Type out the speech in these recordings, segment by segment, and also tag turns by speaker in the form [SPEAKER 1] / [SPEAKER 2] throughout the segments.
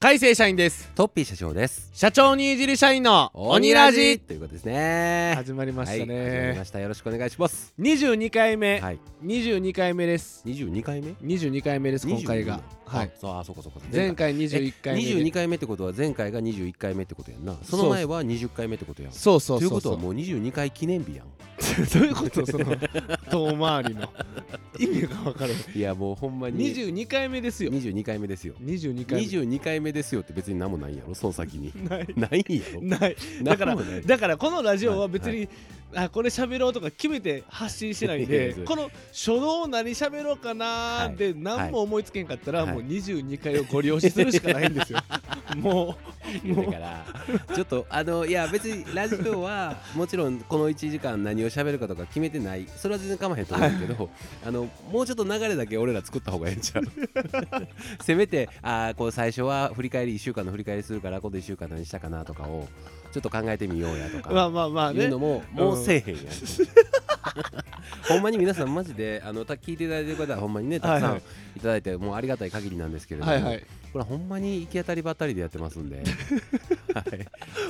[SPEAKER 1] 改正社員です
[SPEAKER 2] トッピー社長です
[SPEAKER 1] 社長にいじる社員の鬼ラジ
[SPEAKER 2] ということですね
[SPEAKER 1] 始まりました
[SPEAKER 2] はい、始まり
[SPEAKER 1] ね
[SPEAKER 2] ましたよろしくお願いします
[SPEAKER 1] 22回目
[SPEAKER 2] はい
[SPEAKER 1] 22回目です
[SPEAKER 2] 22回目
[SPEAKER 1] 22回目です今回がは
[SPEAKER 2] はいいそうあそうかそうか
[SPEAKER 1] 前回21回目
[SPEAKER 2] 22
[SPEAKER 1] で
[SPEAKER 2] 回目ってことは前回が21回目ってことやんなその前は20回目ってことやん
[SPEAKER 1] そうそう
[SPEAKER 2] という
[SPEAKER 1] そ
[SPEAKER 2] こ
[SPEAKER 1] う
[SPEAKER 2] と
[SPEAKER 1] そう
[SPEAKER 2] はもう22回記念日やん
[SPEAKER 1] どういうことその 遠回りの 意味が分かる
[SPEAKER 2] いやもうほんまに
[SPEAKER 1] 22回目ですよ
[SPEAKER 2] 22回目ですよ
[SPEAKER 1] 22回目
[SPEAKER 2] 22回目ですよって別に何もないやろその先に
[SPEAKER 1] ない
[SPEAKER 2] ないんやろ
[SPEAKER 1] ないだから
[SPEAKER 2] 何もない
[SPEAKER 1] だからこのラジオは別に、あこれ喋ろうとか決めて発信してないん
[SPEAKER 2] いやい
[SPEAKER 1] で
[SPEAKER 2] やそう
[SPEAKER 1] この初動何喋ろうかなーで何も思いつけんかったら、
[SPEAKER 2] は
[SPEAKER 1] も
[SPEAKER 2] い
[SPEAKER 1] う22回をご利用しするしかないんですよも うも
[SPEAKER 2] だから ちょっとあのいや別にラジオはもちろんこの1時間何を喋るかとか決めてないそれは全然構わへんと思うんだけどあのもうちょっと流れだけ俺ら作った方がええんちゃう せめてあーこう最初は振り返り1週間の振り返りするから今度1週間何したかなとかをちょっと考えてみようやと
[SPEAKER 1] うま
[SPEAKER 2] か
[SPEAKER 1] あまあまあ
[SPEAKER 2] い
[SPEAKER 1] ね
[SPEAKER 2] うのももうせえへ んやんほんまに皆さんマジであのた聞いていただいてる方はほんまにねた
[SPEAKER 1] は
[SPEAKER 2] くさ
[SPEAKER 1] い
[SPEAKER 2] ん
[SPEAKER 1] はい
[SPEAKER 2] いただいてもうありがたい限りなんですけれども、
[SPEAKER 1] はいはい
[SPEAKER 2] これほんまに行き当たりばったりでやってます んで、はい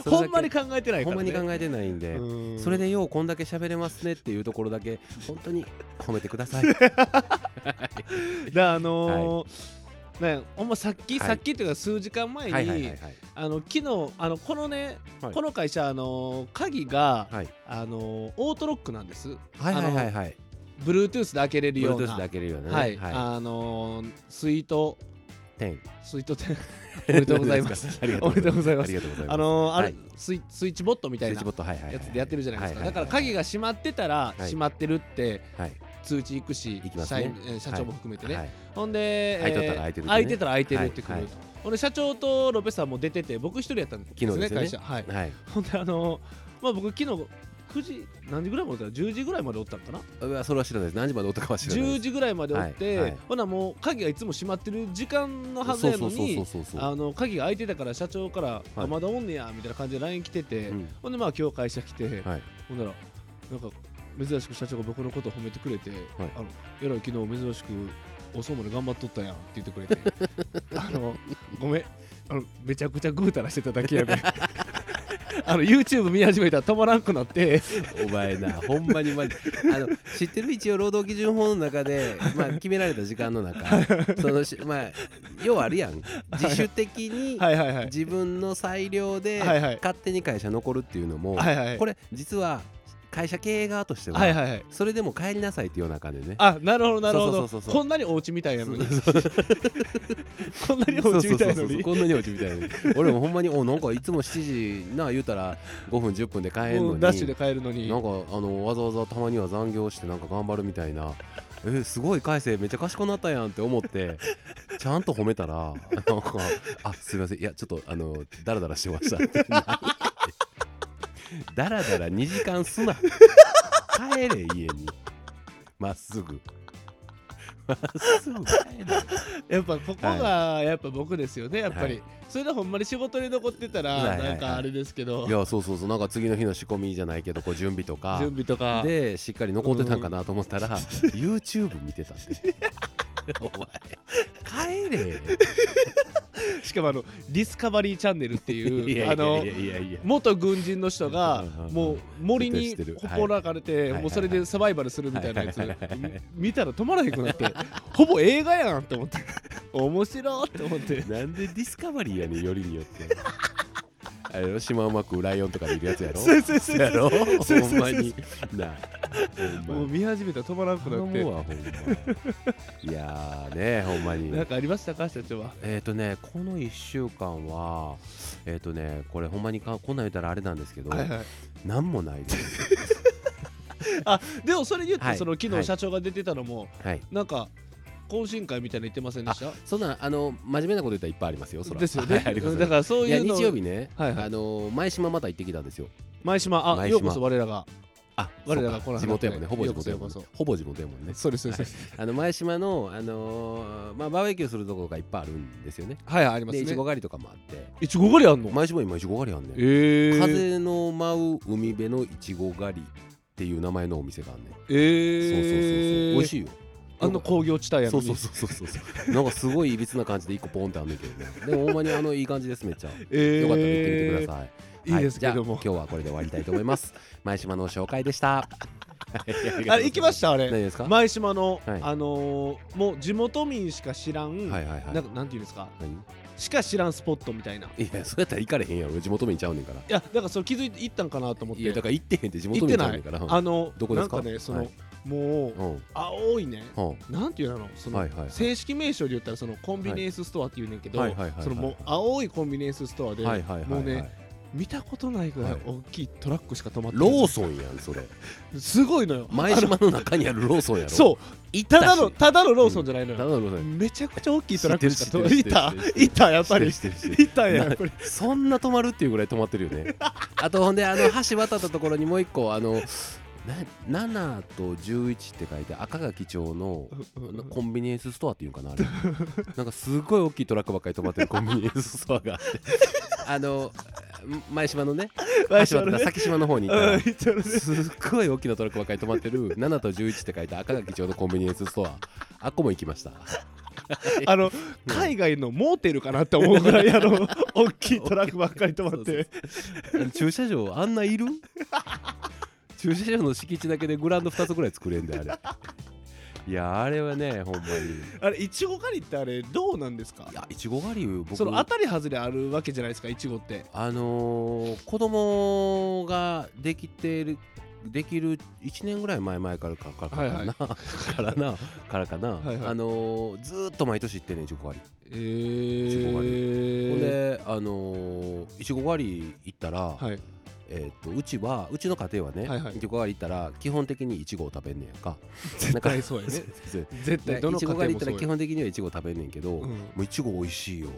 [SPEAKER 2] そ
[SPEAKER 1] ほ
[SPEAKER 2] れだけ
[SPEAKER 1] んまに考えてないか
[SPEAKER 2] ほん
[SPEAKER 1] ら、
[SPEAKER 2] まに
[SPEAKER 1] ね、
[SPEAKER 2] 考えてないんで、
[SPEAKER 1] うん
[SPEAKER 2] それでようこんだけ喋れますねっていうところだけ本当に褒めてください
[SPEAKER 1] だあのーねほんまさっき、
[SPEAKER 2] はい
[SPEAKER 1] さっきというか数時間前に、
[SPEAKER 2] はい
[SPEAKER 1] あの昨日あのこのね、
[SPEAKER 2] はい
[SPEAKER 1] この会社あのー鍵が、
[SPEAKER 2] はい
[SPEAKER 1] あのーオートロックなんです
[SPEAKER 2] はいはいはいはい
[SPEAKER 1] Bluetooth で開けれるよう
[SPEAKER 2] Bluetooth
[SPEAKER 1] な
[SPEAKER 2] で開けるよね
[SPEAKER 1] はい、
[SPEAKER 2] は
[SPEAKER 1] あのー、スイート
[SPEAKER 2] い10
[SPEAKER 1] スイー ト店おめでとうございます
[SPEAKER 2] ありがと
[SPEAKER 1] お
[SPEAKER 2] う
[SPEAKER 1] めでとうござい
[SPEAKER 2] ございま
[SPEAKER 1] ますす
[SPEAKER 2] ありがとうございます
[SPEAKER 1] あのー、あ
[SPEAKER 2] は
[SPEAKER 1] れ
[SPEAKER 2] い
[SPEAKER 1] スイスイッチボットみた
[SPEAKER 2] ス
[SPEAKER 1] い
[SPEAKER 2] イッ
[SPEAKER 1] な
[SPEAKER 2] チボットはいはいはい
[SPEAKER 1] やつでやってるじゃないですか
[SPEAKER 2] は
[SPEAKER 1] だ
[SPEAKER 2] は
[SPEAKER 1] から
[SPEAKER 2] はは
[SPEAKER 1] 鍵が閉まってたら
[SPEAKER 2] い
[SPEAKER 1] 閉まってるって
[SPEAKER 2] はい
[SPEAKER 1] 通知行くし
[SPEAKER 2] 行きます
[SPEAKER 1] 社
[SPEAKER 2] ね
[SPEAKER 1] 員えー社長も含めてね、
[SPEAKER 2] はい
[SPEAKER 1] ほんで
[SPEAKER 2] 開いとったら開いてるってね
[SPEAKER 1] えー開いてたら開いてるってくる、
[SPEAKER 2] はい
[SPEAKER 1] ほんで社長とロペさんも出てて僕一人やったんですね
[SPEAKER 2] 昨日ですよね
[SPEAKER 1] 会社はい
[SPEAKER 2] はい
[SPEAKER 1] ほんであのー、まあ僕昨日9時何時ぐらいまでおった10時ぐらいまでおったんかな
[SPEAKER 2] うわそれは知らないです何時までおったかは知らない
[SPEAKER 1] 10時ぐらいまでおって、
[SPEAKER 2] はいはい
[SPEAKER 1] ほなもう鍵がいつも閉まってる時間のはずやの
[SPEAKER 2] そう
[SPEAKER 1] に
[SPEAKER 2] そうそうそうそう
[SPEAKER 1] あの鍵が開いてたから社長から、あまだおんねやみたいな感じで LINE 来てて、
[SPEAKER 2] うん
[SPEAKER 1] ほんでまあ今日会社来て、
[SPEAKER 2] はい
[SPEAKER 1] ほんならなんか珍しく社長が僕のことを褒めてくれて、あのえらい昨日珍しく遅うまで頑張っとったやんって言ってくれて あのごめんあのめちゃくちゃぐうたらしてただけやで あの YouTube 見始めたら止まらんくな って
[SPEAKER 2] お前な、ほんまにマジあの知ってる一応労働基準法の中で、まあ、決められた時間の中そのし、まあ、要はあるやん自主的に
[SPEAKER 1] はいはいはい
[SPEAKER 2] 自分の裁量で
[SPEAKER 1] はいはい
[SPEAKER 2] 勝手に会社残るっていうのも、
[SPEAKER 1] はいはい
[SPEAKER 2] これ実は会社経営側としては、
[SPEAKER 1] はいはいはい
[SPEAKER 2] それでも帰りなさいっていうような感じでね。
[SPEAKER 1] あなるほどなるほ
[SPEAKER 2] そう
[SPEAKER 1] ど
[SPEAKER 2] そうそうそう
[SPEAKER 1] こんなにお家みたいなのにこんなに
[SPEAKER 2] そ
[SPEAKER 1] お
[SPEAKER 2] う
[SPEAKER 1] 家
[SPEAKER 2] そう
[SPEAKER 1] みた
[SPEAKER 2] そう
[SPEAKER 1] いな
[SPEAKER 2] そ
[SPEAKER 1] の
[SPEAKER 2] う
[SPEAKER 1] に
[SPEAKER 2] こんなに落ちみたいなのに俺もほんまにおなんかいつも7時な言うたら5分10分で帰るの
[SPEAKER 1] うん
[SPEAKER 2] に
[SPEAKER 1] ダッシュで帰るのに
[SPEAKER 2] なんかあのわざわざたまには残業してなんか頑張るみたいなえすごい改正めっちゃ賢くなったやんって思 ってちゃんと褒めたらなんかあすみませんいやちょっとあのダラダラしてましたって何やねん ダラダラ2時間すな帰れ家にまっすぐまっすぐ帰れ
[SPEAKER 1] やっぱここがやっぱ僕ですよねやっぱり、
[SPEAKER 2] は
[SPEAKER 1] それでほんまに仕事に残ってたら
[SPEAKER 2] はいはいはい
[SPEAKER 1] なんかあれですけど、
[SPEAKER 2] いやそうそうそうなんか次の日の仕込みじゃないけどこう準備とか
[SPEAKER 1] 準備とか
[SPEAKER 2] でしっかり残ってたんかなと思ったら、YouTube 見てたんでお前帰れ
[SPEAKER 1] しかもあのディスカバリーチャンネルっていうあの
[SPEAKER 2] いやいや
[SPEAKER 1] 元軍人の人が
[SPEAKER 2] うんうんうん
[SPEAKER 1] もう森
[SPEAKER 2] 知
[SPEAKER 1] に
[SPEAKER 2] ってる知ってる
[SPEAKER 1] ほっぽらかれて、
[SPEAKER 2] はい
[SPEAKER 1] もうそれでサバイバルするみたいなやつ、
[SPEAKER 2] はいはいはいはい
[SPEAKER 1] み見たら止まらへんくなってほぼ映画やんと思って面白いと思って
[SPEAKER 2] なんでディスカバリーやねんよりによってあれシマウマクライオンとかでいるやつやろ
[SPEAKER 1] そうそうそうそう
[SPEAKER 2] やろ
[SPEAKER 1] そうそう
[SPEAKER 2] ほんまになほ
[SPEAKER 1] もうん
[SPEAKER 2] ま
[SPEAKER 1] 見始めたら止まらなくな
[SPEAKER 2] 頼
[SPEAKER 1] っ
[SPEAKER 2] む
[SPEAKER 1] て
[SPEAKER 2] わほんまいやーねほんまに
[SPEAKER 1] なんかありましたか社長は
[SPEAKER 2] えっ、ー、とねこの1週間はえっ、ー、とねこれほんまにかこんなん言ったらあれなんですけど、
[SPEAKER 1] はいはい
[SPEAKER 2] なんもないです
[SPEAKER 1] あでもそれ言って、
[SPEAKER 2] はい
[SPEAKER 1] その昨
[SPEAKER 2] は
[SPEAKER 1] 日
[SPEAKER 2] い
[SPEAKER 1] 社長が出てたのも、
[SPEAKER 2] はい
[SPEAKER 1] なんか懇親会みたいなの言ってませんでした
[SPEAKER 2] そんなあの真面目なこと言ったらいっぱいありますよそら
[SPEAKER 1] ですよ
[SPEAKER 2] は
[SPEAKER 1] ね
[SPEAKER 2] い、あります
[SPEAKER 1] だからそう
[SPEAKER 2] い
[SPEAKER 1] い
[SPEAKER 2] や
[SPEAKER 1] うの
[SPEAKER 2] 日曜日ね、
[SPEAKER 1] はいはい
[SPEAKER 2] あのー前島また行ってきたんですよ
[SPEAKER 1] 前島あ
[SPEAKER 2] 前島
[SPEAKER 1] ようこそ我らが
[SPEAKER 2] あ
[SPEAKER 1] 我らが
[SPEAKER 2] そうか
[SPEAKER 1] 来なかったね
[SPEAKER 2] 地元やもんねほぼ地元や
[SPEAKER 1] よ
[SPEAKER 2] も
[SPEAKER 1] うんこそ
[SPEAKER 2] ね
[SPEAKER 1] よう
[SPEAKER 2] ほぼ地元やもんね
[SPEAKER 1] そうですそうです、
[SPEAKER 2] あの前島の、あのーまあ、バーベキューするとこがいっぱいあるんですよね
[SPEAKER 1] はいはいあります
[SPEAKER 2] でいち
[SPEAKER 1] ね
[SPEAKER 2] ご狩りとかもあって
[SPEAKER 1] いちご狩りあんの
[SPEAKER 2] 前島今いちご狩りあんねん、
[SPEAKER 1] えー、
[SPEAKER 2] 風の舞う海辺のいちご狩りっていう名前のお店があんねん、
[SPEAKER 1] えー、
[SPEAKER 2] そうそうそうそう美味
[SPEAKER 1] い
[SPEAKER 2] しいよ
[SPEAKER 1] あんな工業地帯やの
[SPEAKER 2] そう
[SPEAKER 1] に
[SPEAKER 2] そうそうそうそうなんかすごいいびつな感じで一個ポンってあんねんけどね でもほんまにあのいい感じですめっちゃよ
[SPEAKER 1] えー
[SPEAKER 2] かったら行ってみてください、はい
[SPEAKER 1] いですけども、
[SPEAKER 2] じゃあ今日はこれで終わりたいと思います前島の紹介でした
[SPEAKER 1] あれ行きましたたあれ
[SPEAKER 2] 何ですか、
[SPEAKER 1] 前島の、
[SPEAKER 2] はい
[SPEAKER 1] あのーもう地元民しか知らん、
[SPEAKER 2] はいはいはい
[SPEAKER 1] なんかなんていうんですか
[SPEAKER 2] 何
[SPEAKER 1] しか知らんスポットみたいない
[SPEAKER 2] やそうやったら行かれへんやろ地元民ちゃうねんから
[SPEAKER 1] いやだからそれ気づいて行ったんかなと思っ
[SPEAKER 2] いや
[SPEAKER 1] て
[SPEAKER 2] だから行ってへんって地
[SPEAKER 1] 行
[SPEAKER 2] 元
[SPEAKER 1] って
[SPEAKER 2] 民ちゃう
[SPEAKER 1] な
[SPEAKER 2] ね
[SPEAKER 1] い
[SPEAKER 2] んから
[SPEAKER 1] あの
[SPEAKER 2] どこですか
[SPEAKER 1] なんかねその、
[SPEAKER 2] はい
[SPEAKER 1] もう
[SPEAKER 2] うんうん
[SPEAKER 1] 青いね
[SPEAKER 2] は
[SPEAKER 1] なんていうのその、
[SPEAKER 2] はいはいはい
[SPEAKER 1] 正式名称で言ったらそのコンビニエンスストアっていうんだけど、
[SPEAKER 2] はいはいはいはい
[SPEAKER 1] そのもう青いコンビニエンスストア
[SPEAKER 2] い
[SPEAKER 1] で、
[SPEAKER 2] はいはいはい
[SPEAKER 1] もうね見たことないぐらい
[SPEAKER 2] はい
[SPEAKER 1] 大きいトラックしか止まってな
[SPEAKER 2] ロ
[SPEAKER 1] い
[SPEAKER 2] ーソンやんそれ
[SPEAKER 1] すごいのよ
[SPEAKER 2] 前島の中にあるローソンやろう
[SPEAKER 1] そう
[SPEAKER 2] 行った
[SPEAKER 1] た
[SPEAKER 2] した
[SPEAKER 1] だのただのローソンじゃないの
[SPEAKER 2] ただ
[SPEAKER 1] よ、
[SPEAKER 2] のローソンや
[SPEAKER 1] めちゃくちゃ大きいトラックしか
[SPEAKER 2] 知ってる
[SPEAKER 1] い
[SPEAKER 2] 知ってる
[SPEAKER 1] た
[SPEAKER 2] 知ってる
[SPEAKER 1] いたやっぱり
[SPEAKER 2] してるしてるして
[SPEAKER 1] いたやん
[SPEAKER 2] な
[SPEAKER 1] これ
[SPEAKER 2] るそんな止まるっていうぐらい止まってるよね あとほんであの橋渡ったところにもう一個あのな7と11って書いて赤垣町のなコンビニエンスストアっていうんかなあれなんかすごい大きいトラックばっかり止まってるコンビニエンスストアがあって あの前島のね
[SPEAKER 1] 前
[SPEAKER 2] 橋
[SPEAKER 1] 島
[SPEAKER 2] 渡
[SPEAKER 1] の
[SPEAKER 2] った
[SPEAKER 1] ね
[SPEAKER 2] 先島の方に行った
[SPEAKER 1] う
[SPEAKER 2] ら
[SPEAKER 1] んいたのね
[SPEAKER 2] すっごい大きなトラックばっかり止まってる7と11って書いた赤垣町のコンビニエンスストアあっこも行きました
[SPEAKER 1] あの海外のモーテルかなって思うぐらいあ の大きいトラックばっかり止まっ
[SPEAKER 2] そう
[SPEAKER 1] て
[SPEAKER 2] あの 駐車場あんないる 駐車場の敷地だけでグラウンド2つぐらい作れんだよあれいやあれはねほんまに
[SPEAKER 1] あれいちご狩りってあれどうなんですか
[SPEAKER 2] いやいちご狩り僕
[SPEAKER 1] その当たり外れあるわけじゃないですかいちごって
[SPEAKER 2] あのー子供ができてるできる1年ぐらい前々からかからか
[SPEAKER 1] はい
[SPEAKER 2] ら
[SPEAKER 1] は
[SPEAKER 2] か
[SPEAKER 1] い
[SPEAKER 2] な からなからかな
[SPEAKER 1] はいはい
[SPEAKER 2] あのーずーっと毎年行ってんねんいちご狩り
[SPEAKER 1] え
[SPEAKER 2] ちご狩ほん
[SPEAKER 1] ー、
[SPEAKER 2] であのーいちご狩り行ったら、
[SPEAKER 1] はい
[SPEAKER 2] えー、とうちはうちの家庭はね、
[SPEAKER 1] はい
[SPEAKER 2] い
[SPEAKER 1] はい
[SPEAKER 2] ちご狩り行ったら基本的にいちごを食べんねやんか
[SPEAKER 1] 絶対そうやね
[SPEAKER 2] そう
[SPEAKER 1] 絶対ど
[SPEAKER 2] い
[SPEAKER 1] の
[SPEAKER 2] ち
[SPEAKER 1] 家
[SPEAKER 2] ご狩
[SPEAKER 1] 庭もそう
[SPEAKER 2] り行ったら
[SPEAKER 1] や
[SPEAKER 2] 基本的にはいちご食べんねんけど、もういちご美味しいよ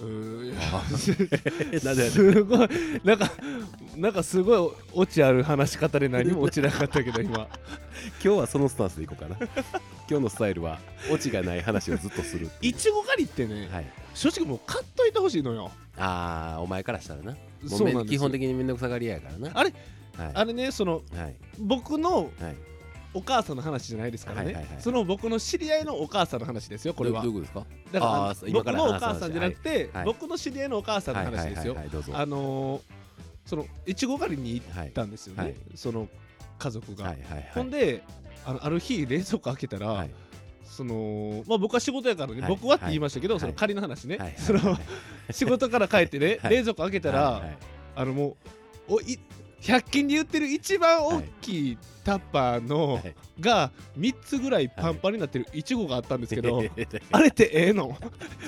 [SPEAKER 1] うん うんいや
[SPEAKER 2] なぜ
[SPEAKER 1] すごいなんかなんかすごいオチある話し方で何も落ちなかったけど今
[SPEAKER 2] 今日はそのスタンスでいこうかな今日のスタイルはオチがない話をずっとするってい
[SPEAKER 1] いうちご狩りってね、
[SPEAKER 2] はい、
[SPEAKER 1] 正直もう買っといてほしいのよ
[SPEAKER 2] ああお前からしたらなもう
[SPEAKER 1] そうなん
[SPEAKER 2] め
[SPEAKER 1] です
[SPEAKER 2] 基本的に面倒くさがり屋やからな
[SPEAKER 1] あれ
[SPEAKER 2] はい
[SPEAKER 1] あれねその
[SPEAKER 2] はい
[SPEAKER 1] 僕の
[SPEAKER 2] はい
[SPEAKER 1] お母さんの話じゃないですからね、
[SPEAKER 2] はいはいはい
[SPEAKER 1] その僕の知り合いのお母さんの話ですよこれは
[SPEAKER 2] どどういうことで
[SPEAKER 1] だから
[SPEAKER 2] あーそう今
[SPEAKER 1] 僕
[SPEAKER 2] から
[SPEAKER 1] のお
[SPEAKER 2] 話す話
[SPEAKER 1] 母さんじゃなくて、
[SPEAKER 2] はい
[SPEAKER 1] 僕の知り合いのお母さ
[SPEAKER 2] す
[SPEAKER 1] んの
[SPEAKER 2] か
[SPEAKER 1] 話ですよ、
[SPEAKER 2] はいはいはいはい、どうぞ
[SPEAKER 1] あのーそのいちご狩りに行っ
[SPEAKER 2] はい
[SPEAKER 1] たんですよね、
[SPEAKER 2] はい
[SPEAKER 1] その家族が、
[SPEAKER 2] はいはいはい
[SPEAKER 1] ほんであのある日冷蔵庫開けたら、
[SPEAKER 2] はい
[SPEAKER 1] そのまあ僕は仕事やからね、
[SPEAKER 2] はい
[SPEAKER 1] 僕はって言いましたけど、
[SPEAKER 2] はい
[SPEAKER 1] その仮の話ね、
[SPEAKER 2] はいはい
[SPEAKER 1] その仕事から帰ってね、
[SPEAKER 2] はい
[SPEAKER 1] 冷蔵庫開けたら、
[SPEAKER 2] はいはい
[SPEAKER 1] あのもうおい100均で売ってる一番大きいタッパーの、
[SPEAKER 2] はい
[SPEAKER 1] が3つぐらいパンパンになってるいちごがあったんですけ ど、
[SPEAKER 2] あ
[SPEAKER 1] あれってええの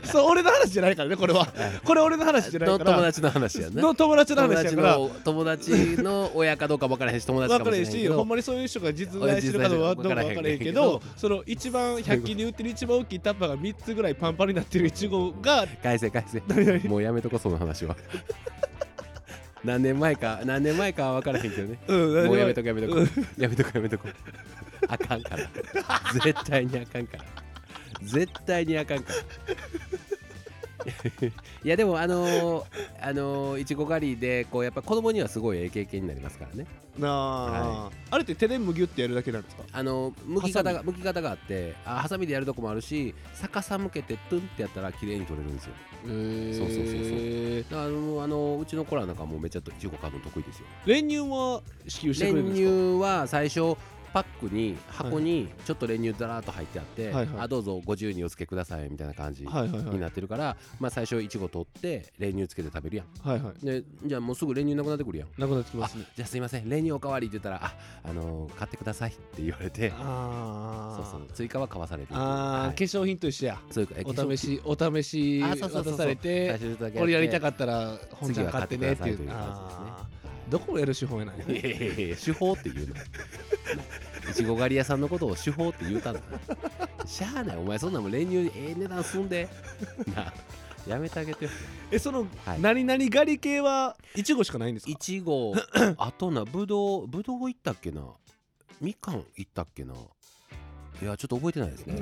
[SPEAKER 1] そう俺の話じゃないからねこれ はこれ俺の話じゃない
[SPEAKER 2] の
[SPEAKER 1] か
[SPEAKER 2] 友
[SPEAKER 1] ら
[SPEAKER 2] 達の話やな
[SPEAKER 1] の友達の
[SPEAKER 2] 友
[SPEAKER 1] 話や
[SPEAKER 2] 達
[SPEAKER 1] から
[SPEAKER 2] の友達の親かどうか分からへんし友達
[SPEAKER 1] 分
[SPEAKER 2] か
[SPEAKER 1] か
[SPEAKER 2] も
[SPEAKER 1] ら
[SPEAKER 2] し
[SPEAKER 1] へん
[SPEAKER 2] れへんけ
[SPEAKER 1] しほん
[SPEAKER 2] ど
[SPEAKER 1] まにそういう人が実在してるかどうかどうか分からへんけどその一番100均で売ってる一番大きいタッパーが3つぐらいパンパンになってるいちごが
[SPEAKER 2] 返せ返
[SPEAKER 1] 何々
[SPEAKER 2] せもうやめとこその話は 何年前か何年前かは分からへんけどね
[SPEAKER 1] うん
[SPEAKER 2] もうやめとこやめとこ
[SPEAKER 1] う
[SPEAKER 2] やめとこやめとこあかんから絶対にあかんから絶対にあかんからいやでもあのーあのーいちご狩りでこうやっぱ子供にはすごいええ経験になりますからね
[SPEAKER 1] なあ、あれって手でむぎゅってやるだけなんですか
[SPEAKER 2] あの剥き方が剥き方があってあハサミでやるとこもあるし逆さ向けてトゥンってやったら綺麗に取れるんですよそうそうそう
[SPEAKER 1] そう
[SPEAKER 2] だからあのあのうちの子らなんかもうめっちゃいちご買うの得意ですよ
[SPEAKER 1] 練乳は支給してくれるん
[SPEAKER 2] 練
[SPEAKER 1] ですか
[SPEAKER 2] 乳は最初パックに箱にちょっと練乳だらーっと入ってあって、
[SPEAKER 1] はいはい
[SPEAKER 2] あどうぞご自由にお付けくださいみたいな感じ
[SPEAKER 1] はいはいは
[SPEAKER 2] に
[SPEAKER 1] い
[SPEAKER 2] なってるから、まあ、最初いちご取って練乳つけて食べるやん
[SPEAKER 1] はいはい
[SPEAKER 2] でじゃあもうすぐ練乳なくなってくるやん
[SPEAKER 1] なくなってきますね
[SPEAKER 2] じゃあすいません練乳おかわりって言ったらああの買ってくださいって言われて
[SPEAKER 1] あ
[SPEAKER 2] そ
[SPEAKER 1] あ
[SPEAKER 2] うそう追加は買わされていく
[SPEAKER 1] あー、
[SPEAKER 2] は
[SPEAKER 1] 化
[SPEAKER 2] い
[SPEAKER 1] 粧品と一緒や
[SPEAKER 2] そういうかえ
[SPEAKER 1] お試しお試し
[SPEAKER 2] あそうそうそうそ
[SPEAKER 1] 渡
[SPEAKER 2] う
[SPEAKER 1] されてこれやりたかったら本ちゃん買ってねっていう
[SPEAKER 2] 次
[SPEAKER 1] あ
[SPEAKER 2] は
[SPEAKER 1] ーどこもやる手法やない
[SPEAKER 2] いやいやいや手法って言うのいちご狩り屋さんのことを手法って言うたんだしゃあないお前そんなもん練乳ええ値段すんでなやめてあげてよ
[SPEAKER 1] えその、
[SPEAKER 2] はい
[SPEAKER 1] 何々狩り系はいちごしかないんですか
[SPEAKER 2] いちごあとなぶどうぶどう行ったっけなみかん行ったっけないやちょっと覚えてないで すね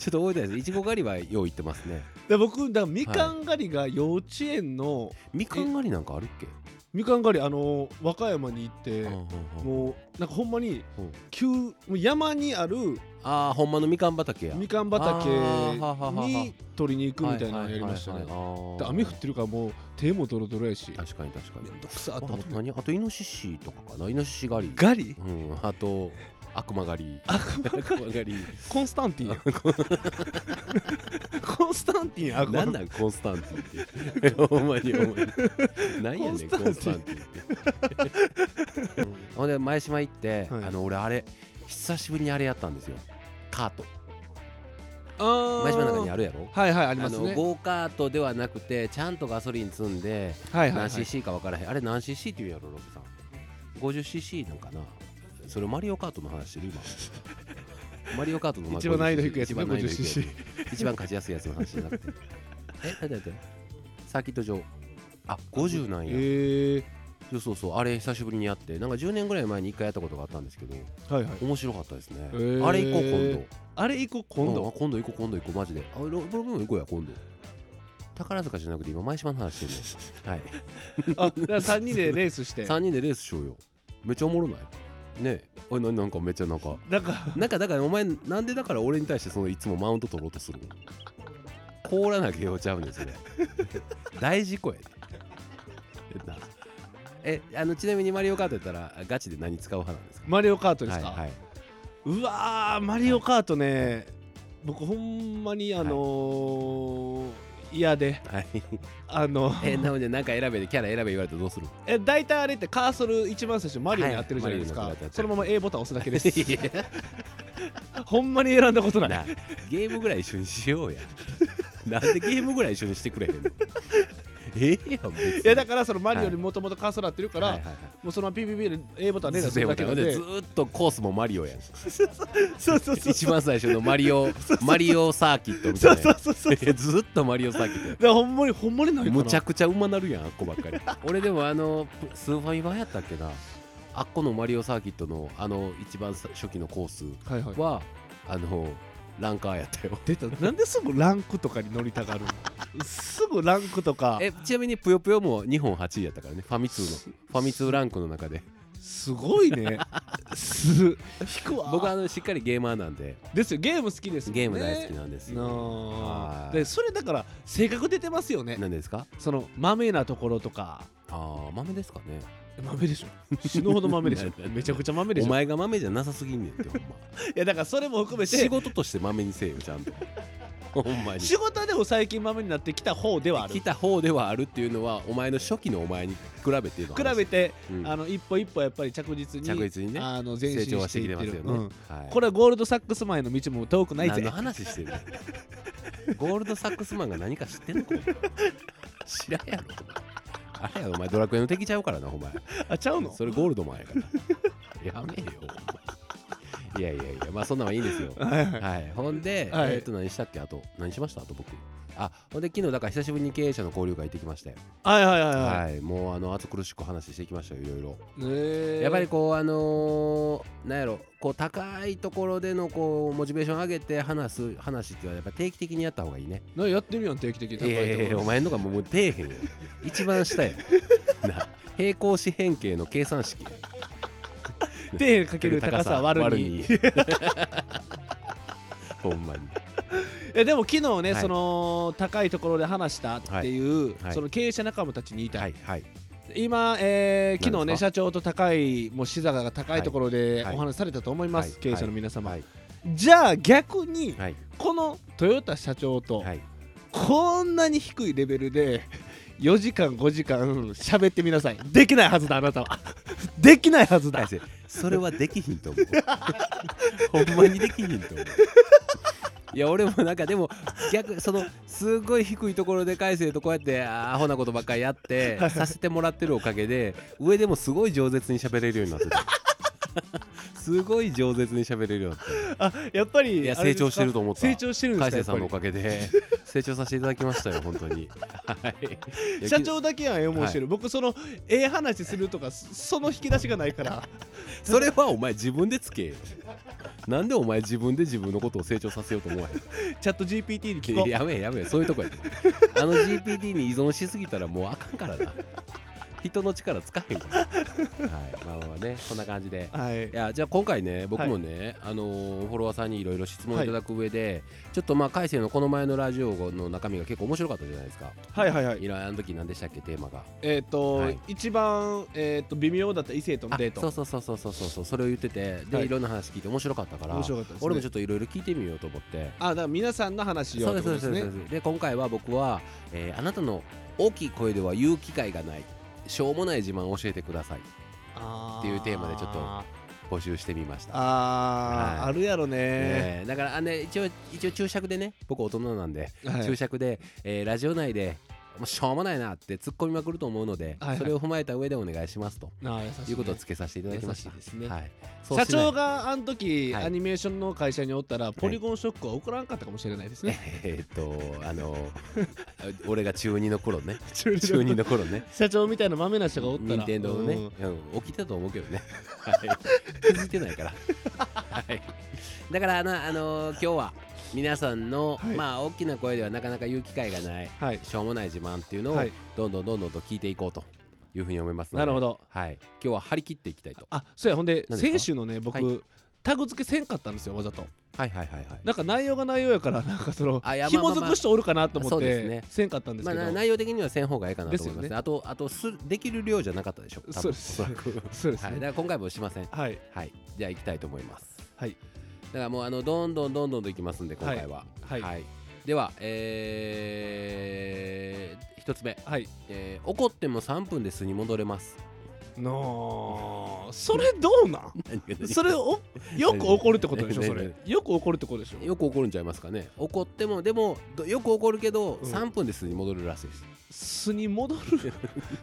[SPEAKER 2] ちょっと覚えてないですいちご狩りはよう行ってますね
[SPEAKER 1] で僕だからみかん狩りが幼稚園の、
[SPEAKER 2] みかん狩りなんかあるっけ
[SPEAKER 1] みかん狩りあの和歌山に行って、
[SPEAKER 2] うんうんうん
[SPEAKER 1] もうなんかほんまに
[SPEAKER 2] うん
[SPEAKER 1] 急もう山にある
[SPEAKER 2] ああほんまのみかん畑や
[SPEAKER 1] みかん畑
[SPEAKER 2] あーはははは
[SPEAKER 1] に取りに行くみたいなのやりました
[SPEAKER 2] は
[SPEAKER 1] ね
[SPEAKER 2] いはいはい
[SPEAKER 1] で
[SPEAKER 2] はい
[SPEAKER 1] 雨降ってるからもう手もドロドロやし
[SPEAKER 2] 確かに確か
[SPEAKER 1] め
[SPEAKER 2] に
[SPEAKER 1] んどくさ
[SPEAKER 2] あ
[SPEAKER 1] と
[SPEAKER 2] と
[SPEAKER 1] 思って
[SPEAKER 2] 何あとイノシシとかかなイノシシ狩り
[SPEAKER 1] ガリ
[SPEAKER 2] うんあと悪魔狩り悪魔狩り
[SPEAKER 1] コンスタンティンやコンスタンティンや
[SPEAKER 2] なんなんコンスタンティンって ほんまにほんまになんやねんコ
[SPEAKER 1] コ
[SPEAKER 2] ン
[SPEAKER 1] ン
[SPEAKER 2] ス
[SPEAKER 1] ス
[SPEAKER 2] タ
[SPEAKER 1] タ
[SPEAKER 2] ン
[SPEAKER 1] ン
[SPEAKER 2] ティンってうんほんで前島行って、
[SPEAKER 1] はい
[SPEAKER 2] あの俺あれ久しぶりにあれやったんですよカート
[SPEAKER 1] あ
[SPEAKER 2] 前島の中にあるやろ
[SPEAKER 1] はいはいあ
[SPEAKER 2] あ
[SPEAKER 1] ります
[SPEAKER 2] の
[SPEAKER 1] ね
[SPEAKER 2] ゴーカートではなくてちゃんとガソリン積んで
[SPEAKER 1] はいはい、は
[SPEAKER 2] 何
[SPEAKER 1] い、
[SPEAKER 2] cc か分からへんあれ何 cc って言うやろロブさん 50cc なんかなそれマリオカートの話して る今マリオカートのまあ
[SPEAKER 1] 一番難易度低いやつ
[SPEAKER 2] 一
[SPEAKER 1] ね
[SPEAKER 2] 番難易度低いやつ
[SPEAKER 1] 50cc
[SPEAKER 2] 一番勝ちやすいやつの話じゃなくて え待って待ってサーキット場あ50なんや、
[SPEAKER 1] へえ
[SPEAKER 2] そうそうそうあれ久しぶりにやってなんか10年ぐらい前に1回やったことがあったんですけど
[SPEAKER 1] はいはい
[SPEAKER 2] 面白かったですね、
[SPEAKER 1] へー
[SPEAKER 2] あれ行こう今度
[SPEAKER 1] あれ行こう今
[SPEAKER 2] うんあ
[SPEAKER 1] 度
[SPEAKER 2] 今度行こう今度行こうマジであロロブも行こうや今度宝塚じゃなくて今前島の 話してるのはい
[SPEAKER 1] あだから3人 でレースして
[SPEAKER 2] 3人でレースしようよめっちゃおもろないねえあななんかめっちゃなん か
[SPEAKER 1] なんか
[SPEAKER 2] なんかだからお前なんでだから俺に対してそのいつもマウント取ろうとするの凍らなきゃよちゃうんですね大事故やでえなえあのちなみにマリオカートやったらガチで何使う派なんですか
[SPEAKER 1] マリオカートですか、
[SPEAKER 2] はいはいう
[SPEAKER 1] わーマリオカートね、僕ほんまにあのー嫌で
[SPEAKER 2] はい
[SPEAKER 1] あの
[SPEAKER 2] えなのでなんか選べでキャラ選べ言われたらどうする
[SPEAKER 1] え大体あれってカーソル一番最初マリオに合ってるじゃないですか、
[SPEAKER 2] はいマリオに合っ
[SPEAKER 1] そ
[SPEAKER 2] てる
[SPEAKER 1] のまま A ボタン押すだけです
[SPEAKER 2] い
[SPEAKER 1] ほんまに選んだこと
[SPEAKER 2] や
[SPEAKER 1] ない
[SPEAKER 2] なゲームぐらい一緒にしよ うやなんでゲームぐらい一緒にしてくれへんのええやん別に
[SPEAKER 1] いやだからそのマリオにもともとカーソル合ってるから、
[SPEAKER 2] はいはいはい
[SPEAKER 1] もうそのまま PPP で A ボタン連打す
[SPEAKER 2] で
[SPEAKER 1] る
[SPEAKER 2] も
[SPEAKER 1] だけな
[SPEAKER 2] でも
[SPEAKER 1] んで
[SPEAKER 2] ねずーっとコースもマリオやん
[SPEAKER 1] そうそうそう
[SPEAKER 2] 一
[SPEAKER 1] そう
[SPEAKER 2] 番最初のマリオマリオサーキットみたいな
[SPEAKER 1] そうそうそうそう
[SPEAKER 2] いやずっとマリオサー キットや
[SPEAKER 1] だからほんまにほんまにないかな
[SPEAKER 2] むちゃくちゃ馬なるやんあっこばっかり 俺でもあのスーファミ版やったっけなあっこのマリオサーキットのあの一番さ初期のコース
[SPEAKER 1] はいはい
[SPEAKER 2] はあのランカーやったよ
[SPEAKER 1] 出たなんですぐランクとかに乗りたがるのすぐランクとか
[SPEAKER 2] えちなみにぷよぷよも日本8位やったからねファミ通のファミ通ランクの中です
[SPEAKER 1] ごいねす引くわ
[SPEAKER 2] 僕はあのしっかりゲーマーなんで
[SPEAKER 1] ですよゲーム好きですもんね
[SPEAKER 2] ゲーム大好きなんですよ、
[SPEAKER 1] な
[SPEAKER 2] は
[SPEAKER 1] あ
[SPEAKER 2] い
[SPEAKER 1] でそれだから性格出てますよね
[SPEAKER 2] 何ですか
[SPEAKER 1] そのマメなところとか
[SPEAKER 2] ああ豆ですかね
[SPEAKER 1] マメでしょ死ぬほどマメでし
[SPEAKER 2] な
[SPEAKER 1] ょめちゃくちゃマメでし
[SPEAKER 2] お
[SPEAKER 1] ょい
[SPEAKER 2] 前が豆じゃなさすぎんねんっ てほんま
[SPEAKER 1] やだからそれも含めて
[SPEAKER 2] 仕事としてまめにせえよちゃんと ほんまに
[SPEAKER 1] 仕事はでも最近マメになってきた方ではある
[SPEAKER 2] 来た方ではあるっていうのはお前の初期のお前に比べての話
[SPEAKER 1] 比べて、
[SPEAKER 2] うん
[SPEAKER 1] あの一歩一歩やっぱり着実に
[SPEAKER 2] 着実にね
[SPEAKER 1] あの前
[SPEAKER 2] 成
[SPEAKER 1] 進
[SPEAKER 2] 長は
[SPEAKER 1] し
[SPEAKER 2] して
[SPEAKER 1] い
[SPEAKER 2] てきて
[SPEAKER 1] っ
[SPEAKER 2] ま
[SPEAKER 1] て
[SPEAKER 2] す
[SPEAKER 1] る
[SPEAKER 2] よね、
[SPEAKER 1] うん
[SPEAKER 2] はい、
[SPEAKER 1] これ
[SPEAKER 2] れ
[SPEAKER 1] はゴールドサックス前の道も遠くない
[SPEAKER 2] 何
[SPEAKER 1] ぜ
[SPEAKER 2] の話してんのゴールドサックスマンが何か知ってんのかお前知らんやろお前あれやろお前ドラクエの敵ちゃうからなお前
[SPEAKER 1] あちゃうの
[SPEAKER 2] それゴールドマンやからやめよお前いやいやいやまあそんなんはいいんで すよ
[SPEAKER 1] はいはい
[SPEAKER 2] はい、ほんで、
[SPEAKER 1] はい
[SPEAKER 2] えっと何したっけあと何しましたあと僕あほんで昨日だから久しぶりに経営者の交流会行ってきましたよ
[SPEAKER 1] はいはいはいは
[SPEAKER 2] はい、もうあの暑苦しく話してきましたよいろいろ、
[SPEAKER 1] いねえ
[SPEAKER 2] やっぱりこうあのーなんやろこう高いところでのこうモチベーション上げて話す話っていうのはやっぱ定期的にやった方がいいね
[SPEAKER 1] なやってるやん定期的に
[SPEAKER 2] いやいやいやお前のがもうもう底辺よ一番下やな平行四辺形の計算式
[SPEAKER 1] 手かける高さ割るに
[SPEAKER 2] にほんまに
[SPEAKER 1] えでも昨日ね、
[SPEAKER 2] はい
[SPEAKER 1] その高いところで話したっていう、
[SPEAKER 2] はいはい
[SPEAKER 1] その経営者仲間たちに言いたい、
[SPEAKER 2] はいはい
[SPEAKER 1] 今、えー昨
[SPEAKER 2] 何
[SPEAKER 1] 日
[SPEAKER 2] です
[SPEAKER 1] ね社
[SPEAKER 2] か
[SPEAKER 1] 長と高いもう資座が高いところで
[SPEAKER 2] はい
[SPEAKER 1] お話しされたと思います、
[SPEAKER 2] はい
[SPEAKER 1] 経営者の皆様、
[SPEAKER 2] はい
[SPEAKER 1] じゃあ逆に、
[SPEAKER 2] はい
[SPEAKER 1] このトヨタ社長と、
[SPEAKER 2] はい
[SPEAKER 1] こんなに低いレベルで4時 間5時間喋ってみなさいできないはずだあなたは できないはずだ
[SPEAKER 2] 大勢それはできひんと 思うほんまにできひんと思ういや俺もなんかでも逆そのすごい低いところで海星とこうやってあアホなことばっかりやってさせてもらってるおかげで上でもすごい饒舌に喋れるようになってたすごい饒舌に喋れるようになって
[SPEAKER 1] あやっぱり
[SPEAKER 2] いや
[SPEAKER 1] あれですか
[SPEAKER 2] 成長してると思った
[SPEAKER 1] 成長してるんです
[SPEAKER 2] 海
[SPEAKER 1] かや
[SPEAKER 2] 星
[SPEAKER 1] っ
[SPEAKER 2] さんのお
[SPEAKER 1] ぱ
[SPEAKER 2] かげで成長させていただきましたよ本当に、はい、
[SPEAKER 1] り社長だけはええ思いしてる、僕そのええ話するとかそその引き出しがないから
[SPEAKER 2] それはお前自分でつけよなんでお前自分で自分のことを成長させようと思わへん
[SPEAKER 1] チャット GPT に聞こ
[SPEAKER 2] いう ややめえやめえそういうとこやであの GPT に依存しすぎたらもうあかんからな人の力使えへんから、はい、まあまあまあねこんな感じで
[SPEAKER 1] はい
[SPEAKER 2] いやじゃあ今回ね僕もね、あのーフォロワーさんにいろいろ質問いただく上で、ちょっとまあ海星のこの前のラジオの中身が結構面白かったじゃないですか
[SPEAKER 1] はいはいはい
[SPEAKER 2] いろいろあの時何でしたっけテーマが
[SPEAKER 1] えっ、と、
[SPEAKER 2] はい
[SPEAKER 1] 一番、えっと微妙だった異性との
[SPEAKER 2] あ
[SPEAKER 1] デート
[SPEAKER 2] そうそうそうそうそうそうそうそれを言っててで、
[SPEAKER 1] はい
[SPEAKER 2] い、ろんな話聞いて面白かったから
[SPEAKER 1] 面白かったです、ね、
[SPEAKER 2] 俺もちょ
[SPEAKER 1] ょっ
[SPEAKER 2] っといろいろ聞いてみようと思って
[SPEAKER 1] とあだから皆さんの話を
[SPEAKER 2] そう
[SPEAKER 1] っ
[SPEAKER 2] で
[SPEAKER 1] て
[SPEAKER 2] す
[SPEAKER 1] こ
[SPEAKER 2] そう
[SPEAKER 1] と
[SPEAKER 2] ですそうですで今回は僕は、えーあなたの大きい声では言う機会がないしょうもない自慢を教えてください
[SPEAKER 1] あ
[SPEAKER 2] っていうテーマでちょっと
[SPEAKER 1] あ
[SPEAKER 2] 募集してみました
[SPEAKER 1] あー、
[SPEAKER 2] はい
[SPEAKER 1] あるやろね
[SPEAKER 2] えーだからあ、ね、一応一応注釈でね僕大人なんで、
[SPEAKER 1] はい
[SPEAKER 2] 注釈で、えーラジオ内でもうしょうもないなって突っ込みまくると思うので、
[SPEAKER 1] はいはい
[SPEAKER 2] それを踏まえた上でお願いしますと
[SPEAKER 1] ああ優しいね
[SPEAKER 2] いうことを付けさせていただきました
[SPEAKER 1] 優しいですね
[SPEAKER 2] はい、
[SPEAKER 1] 社長
[SPEAKER 2] が
[SPEAKER 1] があの時、
[SPEAKER 2] はい
[SPEAKER 1] アニメーションの会社におったらポリゴンショックは起こらんかったかもしれないですね、
[SPEAKER 2] えーっとあ の俺が中2の頃ね
[SPEAKER 1] 中
[SPEAKER 2] 中2の頃ね
[SPEAKER 1] 社長みたいな豆な人がおったら
[SPEAKER 2] 任天堂のね、うん、起きたと思うけどね、 はい、気づいてな いから、はい、だからあの、あのー今日は皆さんの、
[SPEAKER 1] はい
[SPEAKER 2] まあ大きな声ではなかなか言う機会がない
[SPEAKER 1] うんはい
[SPEAKER 2] しょうもない自慢っていうのを、
[SPEAKER 1] はい
[SPEAKER 2] どんどんどんどんと聞いていこうというふうに思いますので
[SPEAKER 1] なるほど
[SPEAKER 2] はい、今日は張り切っていきたいと
[SPEAKER 1] あそうやほんで
[SPEAKER 2] 何ですか
[SPEAKER 1] 先週のね僕、
[SPEAKER 2] は
[SPEAKER 1] タグ付けせんかったんですよわざと
[SPEAKER 2] はいはいはいはい
[SPEAKER 1] なんか内容が内容やからなんかその
[SPEAKER 2] あいやまあま
[SPEAKER 1] 紐
[SPEAKER 2] あまあ
[SPEAKER 1] づく人おるかなと思
[SPEAKER 2] そ
[SPEAKER 1] っ
[SPEAKER 2] うです
[SPEAKER 1] て
[SPEAKER 2] ね
[SPEAKER 1] せんかったんです
[SPEAKER 2] まあ、
[SPEAKER 1] けど、
[SPEAKER 2] な内容的にはせん方がいいかなと思います
[SPEAKER 1] ですよね
[SPEAKER 2] あとあとすできる量じゃなかったでしょ多分
[SPEAKER 1] そうです
[SPEAKER 2] おそらく
[SPEAKER 1] そうです
[SPEAKER 2] はい、
[SPEAKER 1] ね
[SPEAKER 2] だから今回もしません
[SPEAKER 1] はい、
[SPEAKER 2] はい、じゃあ行きたいと思います。
[SPEAKER 1] はい。
[SPEAKER 2] だからもうあのどんどんどんどんと行きますんで今回は。
[SPEAKER 1] はいはい
[SPEAKER 2] では、えー、一つ目、
[SPEAKER 1] はい
[SPEAKER 2] えー怒っても3分で巣に戻れます。
[SPEAKER 1] のそれどうなん それをよ
[SPEAKER 2] よ
[SPEAKER 1] く
[SPEAKER 2] く
[SPEAKER 1] 怒
[SPEAKER 2] 怒
[SPEAKER 1] る
[SPEAKER 2] る
[SPEAKER 1] っ
[SPEAKER 2] ってて
[SPEAKER 1] こ
[SPEAKER 2] ことと
[SPEAKER 1] でし
[SPEAKER 2] でし
[SPEAKER 1] ょ
[SPEAKER 2] ょ
[SPEAKER 1] そ
[SPEAKER 2] そ
[SPEAKER 1] れ
[SPEAKER 2] れ
[SPEAKER 1] よく怒るってことでしょ
[SPEAKER 2] よく怒るんちゃいますかね。怒ってもでもどよく怒るけど、
[SPEAKER 1] うん
[SPEAKER 2] 3分で巣に戻るらしいです。
[SPEAKER 1] 素に戻 る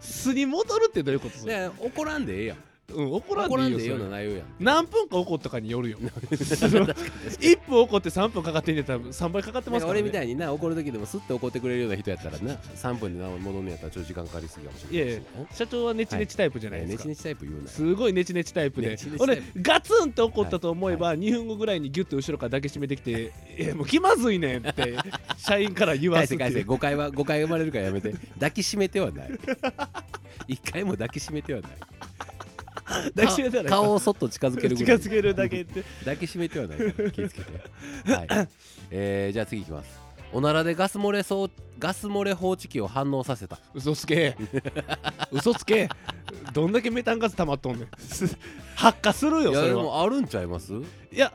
[SPEAKER 1] 素に戻るってどういうことそれ
[SPEAKER 2] で怒らんでええやん。
[SPEAKER 1] うん怒らん
[SPEAKER 2] 怒らんで
[SPEAKER 1] で
[SPEAKER 2] え
[SPEAKER 1] い
[SPEAKER 2] え
[SPEAKER 1] い
[SPEAKER 2] よ
[SPEAKER 1] よ
[SPEAKER 2] う
[SPEAKER 1] そ
[SPEAKER 2] な
[SPEAKER 1] れ
[SPEAKER 2] 内容やん。
[SPEAKER 1] 何分か怒ったかによ るよ
[SPEAKER 2] 確かに
[SPEAKER 1] 1分怒って3分かかってんねやったら3倍かかってま
[SPEAKER 2] なん
[SPEAKER 1] す
[SPEAKER 2] か
[SPEAKER 1] から、ね、
[SPEAKER 2] 俺みたいにな怒る時でもスッと怒ってくれるような人やったらな3分で戻んねやったらちょっと時間かかりすぎかもしれない
[SPEAKER 1] い
[SPEAKER 2] し
[SPEAKER 1] やい社長はネチネチタイプじゃない
[SPEAKER 2] え
[SPEAKER 1] で
[SPEAKER 2] ね
[SPEAKER 1] す
[SPEAKER 2] ち
[SPEAKER 1] か、
[SPEAKER 2] ねちタイプ言うなよ
[SPEAKER 1] すごいネチネチタイプで
[SPEAKER 2] ネチネチタイ
[SPEAKER 1] 俺
[SPEAKER 2] プ
[SPEAKER 1] ガツンと怒ったと思えば2分後ぐらいにギュッと後ろから抱きしめてきて「いやもう気まずいねん」って 社員から 言わ
[SPEAKER 2] 返
[SPEAKER 1] す
[SPEAKER 2] せ
[SPEAKER 1] って
[SPEAKER 2] 返
[SPEAKER 1] い
[SPEAKER 2] せ
[SPEAKER 1] う
[SPEAKER 2] 誤解は誤解生まれるからやめて抱きしめてはない 一回も抱きしめてはない
[SPEAKER 1] 抱きしめたら
[SPEAKER 2] 顔をそっと近づけるぐ
[SPEAKER 1] 近
[SPEAKER 2] らい
[SPEAKER 1] づけるだけって
[SPEAKER 2] 抱きしめてはないから気をつけて、はいえー、じゃあ次いきますおならでガス漏れそうガス漏れ放置器を反応させた
[SPEAKER 1] 嘘つ け嘘つけどんだけメタンガス溜まっとんねん発火するよ
[SPEAKER 2] い
[SPEAKER 1] そ
[SPEAKER 2] や
[SPEAKER 1] れ
[SPEAKER 2] で
[SPEAKER 1] は
[SPEAKER 2] もあるんちゃいますはい
[SPEAKER 1] や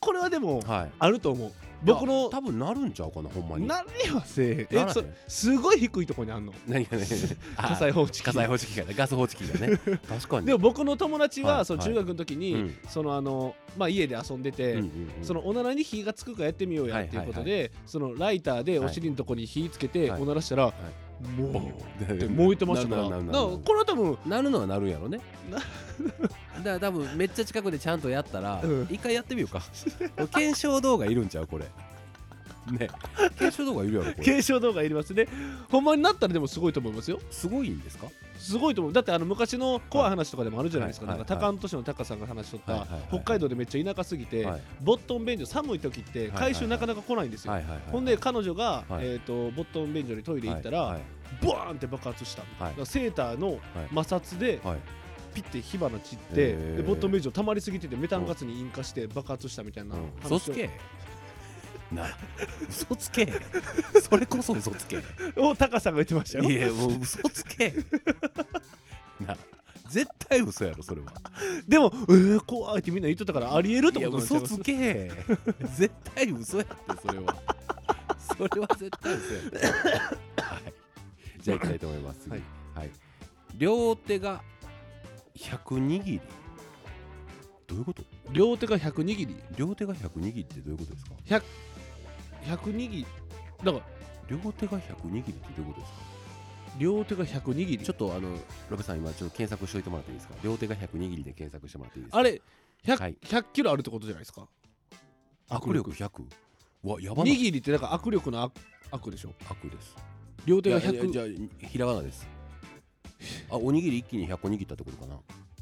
[SPEAKER 1] これはでも
[SPEAKER 2] い
[SPEAKER 1] あると思う僕
[SPEAKER 2] いや
[SPEAKER 1] の
[SPEAKER 2] 多分なるんちゃうかなほんまに
[SPEAKER 1] なりはせえへえ
[SPEAKER 2] なんらへん
[SPEAKER 1] そすごい低いとこにあんの
[SPEAKER 2] 何がね
[SPEAKER 1] 火災放置器
[SPEAKER 2] 火災放置器がねガス放置器がね確かに
[SPEAKER 1] でも僕の友達は、
[SPEAKER 2] はい
[SPEAKER 1] その
[SPEAKER 2] はい
[SPEAKER 1] 中学の時に、
[SPEAKER 2] うん
[SPEAKER 1] そのあのまあ家で遊んでて、
[SPEAKER 2] うんうんうん
[SPEAKER 1] そのおならに火がつくかやってみようやっていうことで、
[SPEAKER 2] は
[SPEAKER 1] そのライターでお尻のとこに火つけて、
[SPEAKER 2] はい
[SPEAKER 1] おならしたら、
[SPEAKER 2] ボ
[SPEAKER 1] もう
[SPEAKER 2] ーン
[SPEAKER 1] って燃えてましたから
[SPEAKER 2] なるなるなるなる
[SPEAKER 1] だからこれは多分
[SPEAKER 2] なるのはなるんやろね
[SPEAKER 1] な
[SPEAKER 2] だから多分めっちゃ近くでちゃんとやったら
[SPEAKER 1] うん
[SPEAKER 2] 一回やってみようか検証動画いるんちゃうこれね検証動画いるやろこれ
[SPEAKER 1] 継承動画いりますねほんまになったらでもすごいと思いますよ
[SPEAKER 2] すごいんですか
[SPEAKER 1] すごいと思うだってあの昔の怖い話とかでもあるじゃないですか,、
[SPEAKER 2] はい
[SPEAKER 1] なんか
[SPEAKER 2] はい
[SPEAKER 1] 高
[SPEAKER 2] はい
[SPEAKER 1] 野都市の高さんが話しとった、
[SPEAKER 2] はいはいはい
[SPEAKER 1] 北海道でめっちゃ田舎すぎて、
[SPEAKER 2] はい
[SPEAKER 1] ボットン便所寒い時って
[SPEAKER 2] はいはい
[SPEAKER 1] 回収なかなか来ないんですよ、
[SPEAKER 2] はいはいはい
[SPEAKER 1] ほんで彼女が、
[SPEAKER 2] はい
[SPEAKER 1] えー、とボットン便所にトイレ行ったら、
[SPEAKER 2] はい
[SPEAKER 1] ボワーンって爆発した、だ
[SPEAKER 2] はい
[SPEAKER 1] からセーターの摩擦で
[SPEAKER 2] はい
[SPEAKER 1] ピッて火花散って、
[SPEAKER 2] へー
[SPEAKER 1] でボットン便所溜まりすぎててメタンガスに引火して爆発したみたいな
[SPEAKER 2] うん
[SPEAKER 1] 話を
[SPEAKER 2] 嘘つけ な嘘つけそれこそ嘘つ け
[SPEAKER 1] をタカさんが言ってましたよ
[SPEAKER 2] いやもう嘘つけな絶対嘘やろそれは
[SPEAKER 1] でもえー、怖いってみんな言っとったからありえるって
[SPEAKER 2] いや
[SPEAKER 1] ことなんです
[SPEAKER 2] 嘘
[SPEAKER 1] よ
[SPEAKER 2] つけ 絶対嘘やってそれ はそれは絶対嘘やってはいじゃあいきたいと思います次
[SPEAKER 1] はい
[SPEAKER 2] はい、両手が100握りどういうこと
[SPEAKER 1] 両手が100握り
[SPEAKER 2] 両手が100握りってどういうことですか
[SPEAKER 1] 100握りだから
[SPEAKER 2] 両手が100握りってどういうことですか
[SPEAKER 1] 両手が100握り
[SPEAKER 2] ちょっとあのロベさん今ちょっと検索しといてもらっていいですか両手が100握りで検索してもらっていいですか
[SPEAKER 1] あれ 100,、
[SPEAKER 2] はい
[SPEAKER 1] 100キロあるってことじゃないですか
[SPEAKER 2] 握力100うわやばな
[SPEAKER 1] 握りってだから握力の悪悪でしょ
[SPEAKER 2] 握です
[SPEAKER 1] 両手
[SPEAKER 2] いや
[SPEAKER 1] が
[SPEAKER 2] いや
[SPEAKER 1] 100
[SPEAKER 2] じゃあひらがなですあおにぎり一気に100個握ったってことかな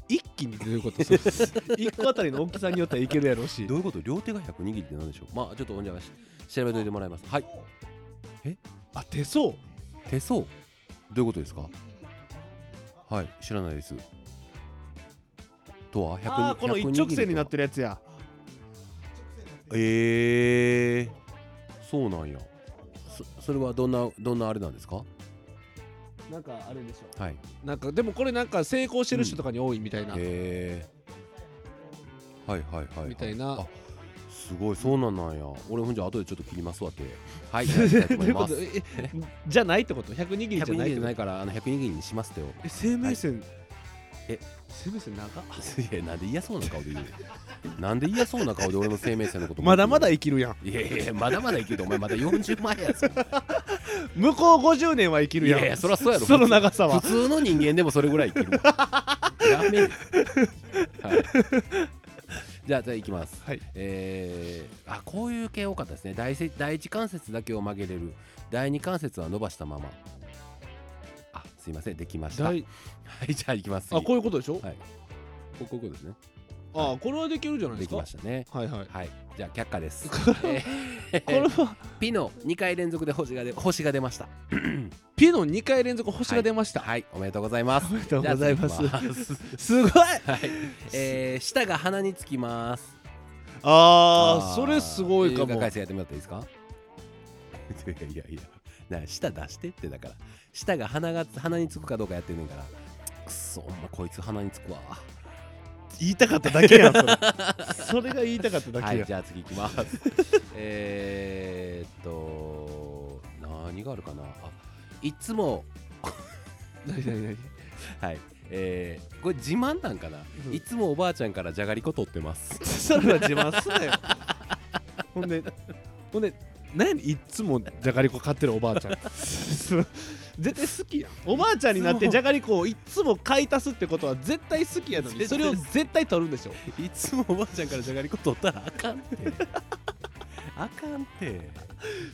[SPEAKER 1] 一気にどういうこと 一個あたりの大きさによってはいけるやろうし
[SPEAKER 2] どういうこと両手が100握りって何でしょうまあちょっとお願いし調べといてもらいますはい
[SPEAKER 1] あ手相
[SPEAKER 2] 手相どういうことですかはい知らないですとは100
[SPEAKER 1] ああこの一直線になって
[SPEAKER 2] る
[SPEAKER 1] るやつや
[SPEAKER 2] ええそうなんやそそれはどんなどんなあれなんですか
[SPEAKER 1] なんかあるでしょ
[SPEAKER 2] はい
[SPEAKER 1] なんかでもこれなんか成功してる人とかに多いみたいな、
[SPEAKER 2] へえはいはいはいは
[SPEAKER 1] みたいな
[SPEAKER 2] あすごいそうなんなんや俺ほんじゃ後でちょっと切りますわってはいや りたいと
[SPEAKER 1] どう
[SPEAKER 2] 思い
[SPEAKER 1] いうこ
[SPEAKER 2] ま
[SPEAKER 1] と
[SPEAKER 2] す
[SPEAKER 1] ええじゃないってこと100握りじゃ
[SPEAKER 2] 100
[SPEAKER 1] ないってこ
[SPEAKER 2] 人じゃな
[SPEAKER 1] と
[SPEAKER 2] いからあの100人にしますってよ
[SPEAKER 1] え生命線、
[SPEAKER 2] え
[SPEAKER 1] 生命線長っ
[SPEAKER 2] いやなんで嫌そうな顔で言うのなんで嫌そうな顔で俺の生命線のこと
[SPEAKER 1] まだまだ
[SPEAKER 2] い
[SPEAKER 1] 生きるやん
[SPEAKER 2] やいやいやまだまだ生きるってお前まだ40万やぞ
[SPEAKER 1] 向こう50年は生きる
[SPEAKER 2] い
[SPEAKER 1] やん
[SPEAKER 2] やいやそりゃそうやろ
[SPEAKER 1] その長さ
[SPEAKER 2] 普
[SPEAKER 1] は
[SPEAKER 2] 通の人間でもそれぐらい生きるわやめる、 はい、じゃあじゃあいきます
[SPEAKER 1] はい
[SPEAKER 2] えーあこういう系多かったですね第一第一関節だけを曲げれる第二関節は伸ばしたままあすいませんできましたは
[SPEAKER 1] 大
[SPEAKER 2] いじゃあいきます
[SPEAKER 1] あこういうことでしょ、
[SPEAKER 2] はいここういうことですね
[SPEAKER 1] あこれはできるじゃないで
[SPEAKER 2] ですき
[SPEAKER 1] か
[SPEAKER 2] ましたね
[SPEAKER 1] はいはい
[SPEAKER 2] はいじゃあ却 下です、えー
[SPEAKER 1] これは
[SPEAKER 2] ピの2回連続で星が出星が出ました
[SPEAKER 1] ピの2回連続星が出ました、
[SPEAKER 2] はいおめでとうございます
[SPEAKER 1] おめでとうございます
[SPEAKER 2] じゃあ次行きます
[SPEAKER 1] すごい
[SPEAKER 2] はい、えー、舌が鼻につきます
[SPEAKER 1] あー
[SPEAKER 2] ー
[SPEAKER 1] それすごいか
[SPEAKER 2] 映画
[SPEAKER 1] も
[SPEAKER 2] 解説やってもらっていいですか いやいやいやな舌出してってだから舌が鼻が鼻につくかどうかやってんねんからくっそお前こいつ鼻につくわ
[SPEAKER 1] 言いたかっただけやんそれそれが言いたかっただ
[SPEAKER 2] は
[SPEAKER 1] け
[SPEAKER 2] い
[SPEAKER 1] や、
[SPEAKER 2] じゃあ次行き ますえーっと何があるかなあいつも
[SPEAKER 1] 何何何
[SPEAKER 2] はいえー、これ自慢なんかな、
[SPEAKER 1] うん
[SPEAKER 2] いつもおばあちゃんからじゃがりこ取ってます
[SPEAKER 1] それは自慢すなよほんでほんで何やねんいっつもじゃがりこ買ってるおばあちゃん絶対好きやんおばあちゃんになってじゃがりこをいっつも買い足すってことは絶対好きやのに
[SPEAKER 2] 絶
[SPEAKER 1] そ
[SPEAKER 2] 対
[SPEAKER 1] れを絶対取るんでしょ
[SPEAKER 2] いつもおばあちゃんからじゃがりこ取ったらあかんって あかんって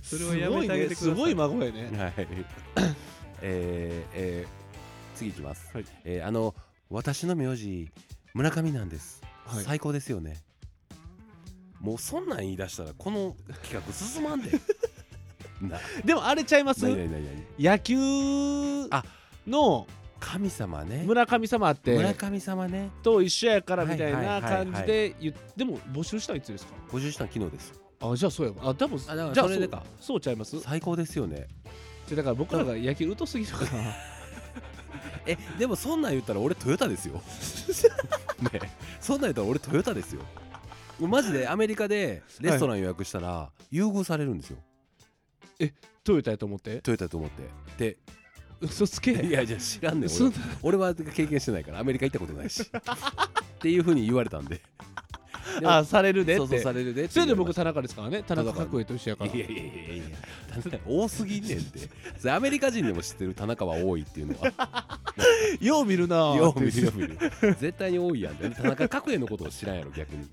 [SPEAKER 2] それはやめてあげてくださ
[SPEAKER 1] す
[SPEAKER 2] い
[SPEAKER 1] ごいねすごい孫やね
[SPEAKER 2] はい。えー、えー、次いきます。
[SPEAKER 1] はい
[SPEAKER 2] えーあの私の名字村上なんです。
[SPEAKER 1] はい
[SPEAKER 2] 最高ですよね。もうそんなん言い出したらこの企画進まん で。な、
[SPEAKER 1] でもあれちゃいます
[SPEAKER 2] なになになになに
[SPEAKER 1] 野球
[SPEAKER 2] あ
[SPEAKER 1] の
[SPEAKER 2] 神様ね。
[SPEAKER 1] 村神様って
[SPEAKER 2] 村上様ね。
[SPEAKER 1] と一緒やからみたい
[SPEAKER 2] はいは
[SPEAKER 1] ない
[SPEAKER 2] はいはい
[SPEAKER 1] 感じで言っでも募集したんいつですか
[SPEAKER 2] 募集したの昨日です。
[SPEAKER 1] あじゃあそうやわあ多分
[SPEAKER 2] あだから
[SPEAKER 1] じゃあ
[SPEAKER 2] それでか
[SPEAKER 1] うそうちゃいます
[SPEAKER 2] 最高ですよね。
[SPEAKER 1] でだから僕らが野球疎すぎるから
[SPEAKER 2] え、でもそんなん言ったら俺トヨタです よ。ね、そんなん言ったら俺トヨタですよ。マジでアメリカでレストラン予約したら優遇されるんですよ。
[SPEAKER 1] トヨタやと思って
[SPEAKER 2] トヨタと思ってで
[SPEAKER 1] 嘘つけ
[SPEAKER 2] いやじゃあ知らんねん
[SPEAKER 1] そんな
[SPEAKER 2] 俺は俺は経験してないからアメリカ行ったことないし っていうふうに言われたん ででも
[SPEAKER 1] あされるでって
[SPEAKER 2] そうそうされるでって
[SPEAKER 1] それで僕
[SPEAKER 2] 言
[SPEAKER 1] 田中ですからね田中角栄と一緒やか
[SPEAKER 2] われ
[SPEAKER 1] ら
[SPEAKER 2] ましたいやいやいやいや田中多すぎんねんってそれアメリカ人でも知ってる田中は多いっていうの は
[SPEAKER 1] よう見るなあ
[SPEAKER 2] よう見るよう見る絶対に多いやんで田中角栄のことを知らんやろ逆 に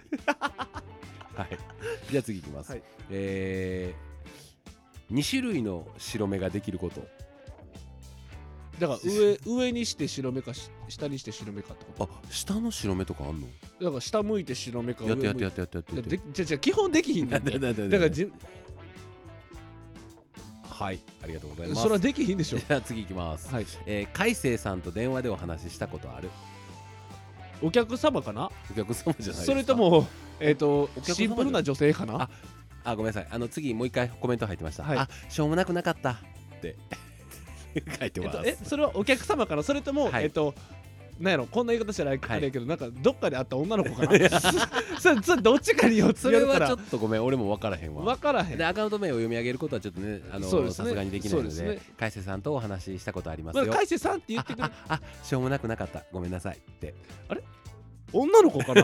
[SPEAKER 2] はいじゃあ次いきます、
[SPEAKER 1] はい
[SPEAKER 2] えー、2種類の白目ができること
[SPEAKER 1] だから上上にして白目かし下にして白目かってこ
[SPEAKER 2] あ下の白目とかあんの
[SPEAKER 1] とだから下向いて白目か
[SPEAKER 2] やってや
[SPEAKER 1] 上
[SPEAKER 2] って
[SPEAKER 1] 向い
[SPEAKER 2] やってやってやって
[SPEAKER 1] てでじゃじゃ基本できひんねん てだからじ
[SPEAKER 2] はい、ありがとうございます。
[SPEAKER 1] それはできひんでしょ
[SPEAKER 2] じゃあ次行きます。
[SPEAKER 1] はい
[SPEAKER 2] えー、海星さんと電話でお話ししたことある
[SPEAKER 1] お客様かな
[SPEAKER 2] お客様じゃないですか
[SPEAKER 1] それともえっと
[SPEAKER 2] 客様じゃ
[SPEAKER 1] シンプルな女性かな
[SPEAKER 2] ああごめんなさいあの次もう一回コメント入ってました、
[SPEAKER 1] はい
[SPEAKER 2] あしょうもなくなかったって 書い
[SPEAKER 1] え
[SPEAKER 2] て
[SPEAKER 1] っ
[SPEAKER 2] ます、
[SPEAKER 1] とえそれはお客様かなそれとも
[SPEAKER 2] はい
[SPEAKER 1] えっとなんやろこんな言い方したらあれやけどなんかどっかで会った女の子か
[SPEAKER 2] いや
[SPEAKER 1] な それそれどっちかによって
[SPEAKER 2] そ
[SPEAKER 1] やる
[SPEAKER 2] れ
[SPEAKER 1] か
[SPEAKER 2] はちょ
[SPEAKER 1] ら
[SPEAKER 2] っとごめん俺も分からへんわ
[SPEAKER 1] 分からへん
[SPEAKER 2] でアカウント名を読み上げることはちょっとねあ
[SPEAKER 1] そうで
[SPEAKER 2] の
[SPEAKER 1] す
[SPEAKER 2] さ
[SPEAKER 1] ね
[SPEAKER 2] すがにできないので
[SPEAKER 1] そうですね
[SPEAKER 2] 海星さんとお話ししたことあります
[SPEAKER 1] まあ
[SPEAKER 2] よ
[SPEAKER 1] 海星さんって言
[SPEAKER 2] あ
[SPEAKER 1] ってくれ
[SPEAKER 2] ああしょうもなくなかったごめんなさいって
[SPEAKER 1] 女の子 かな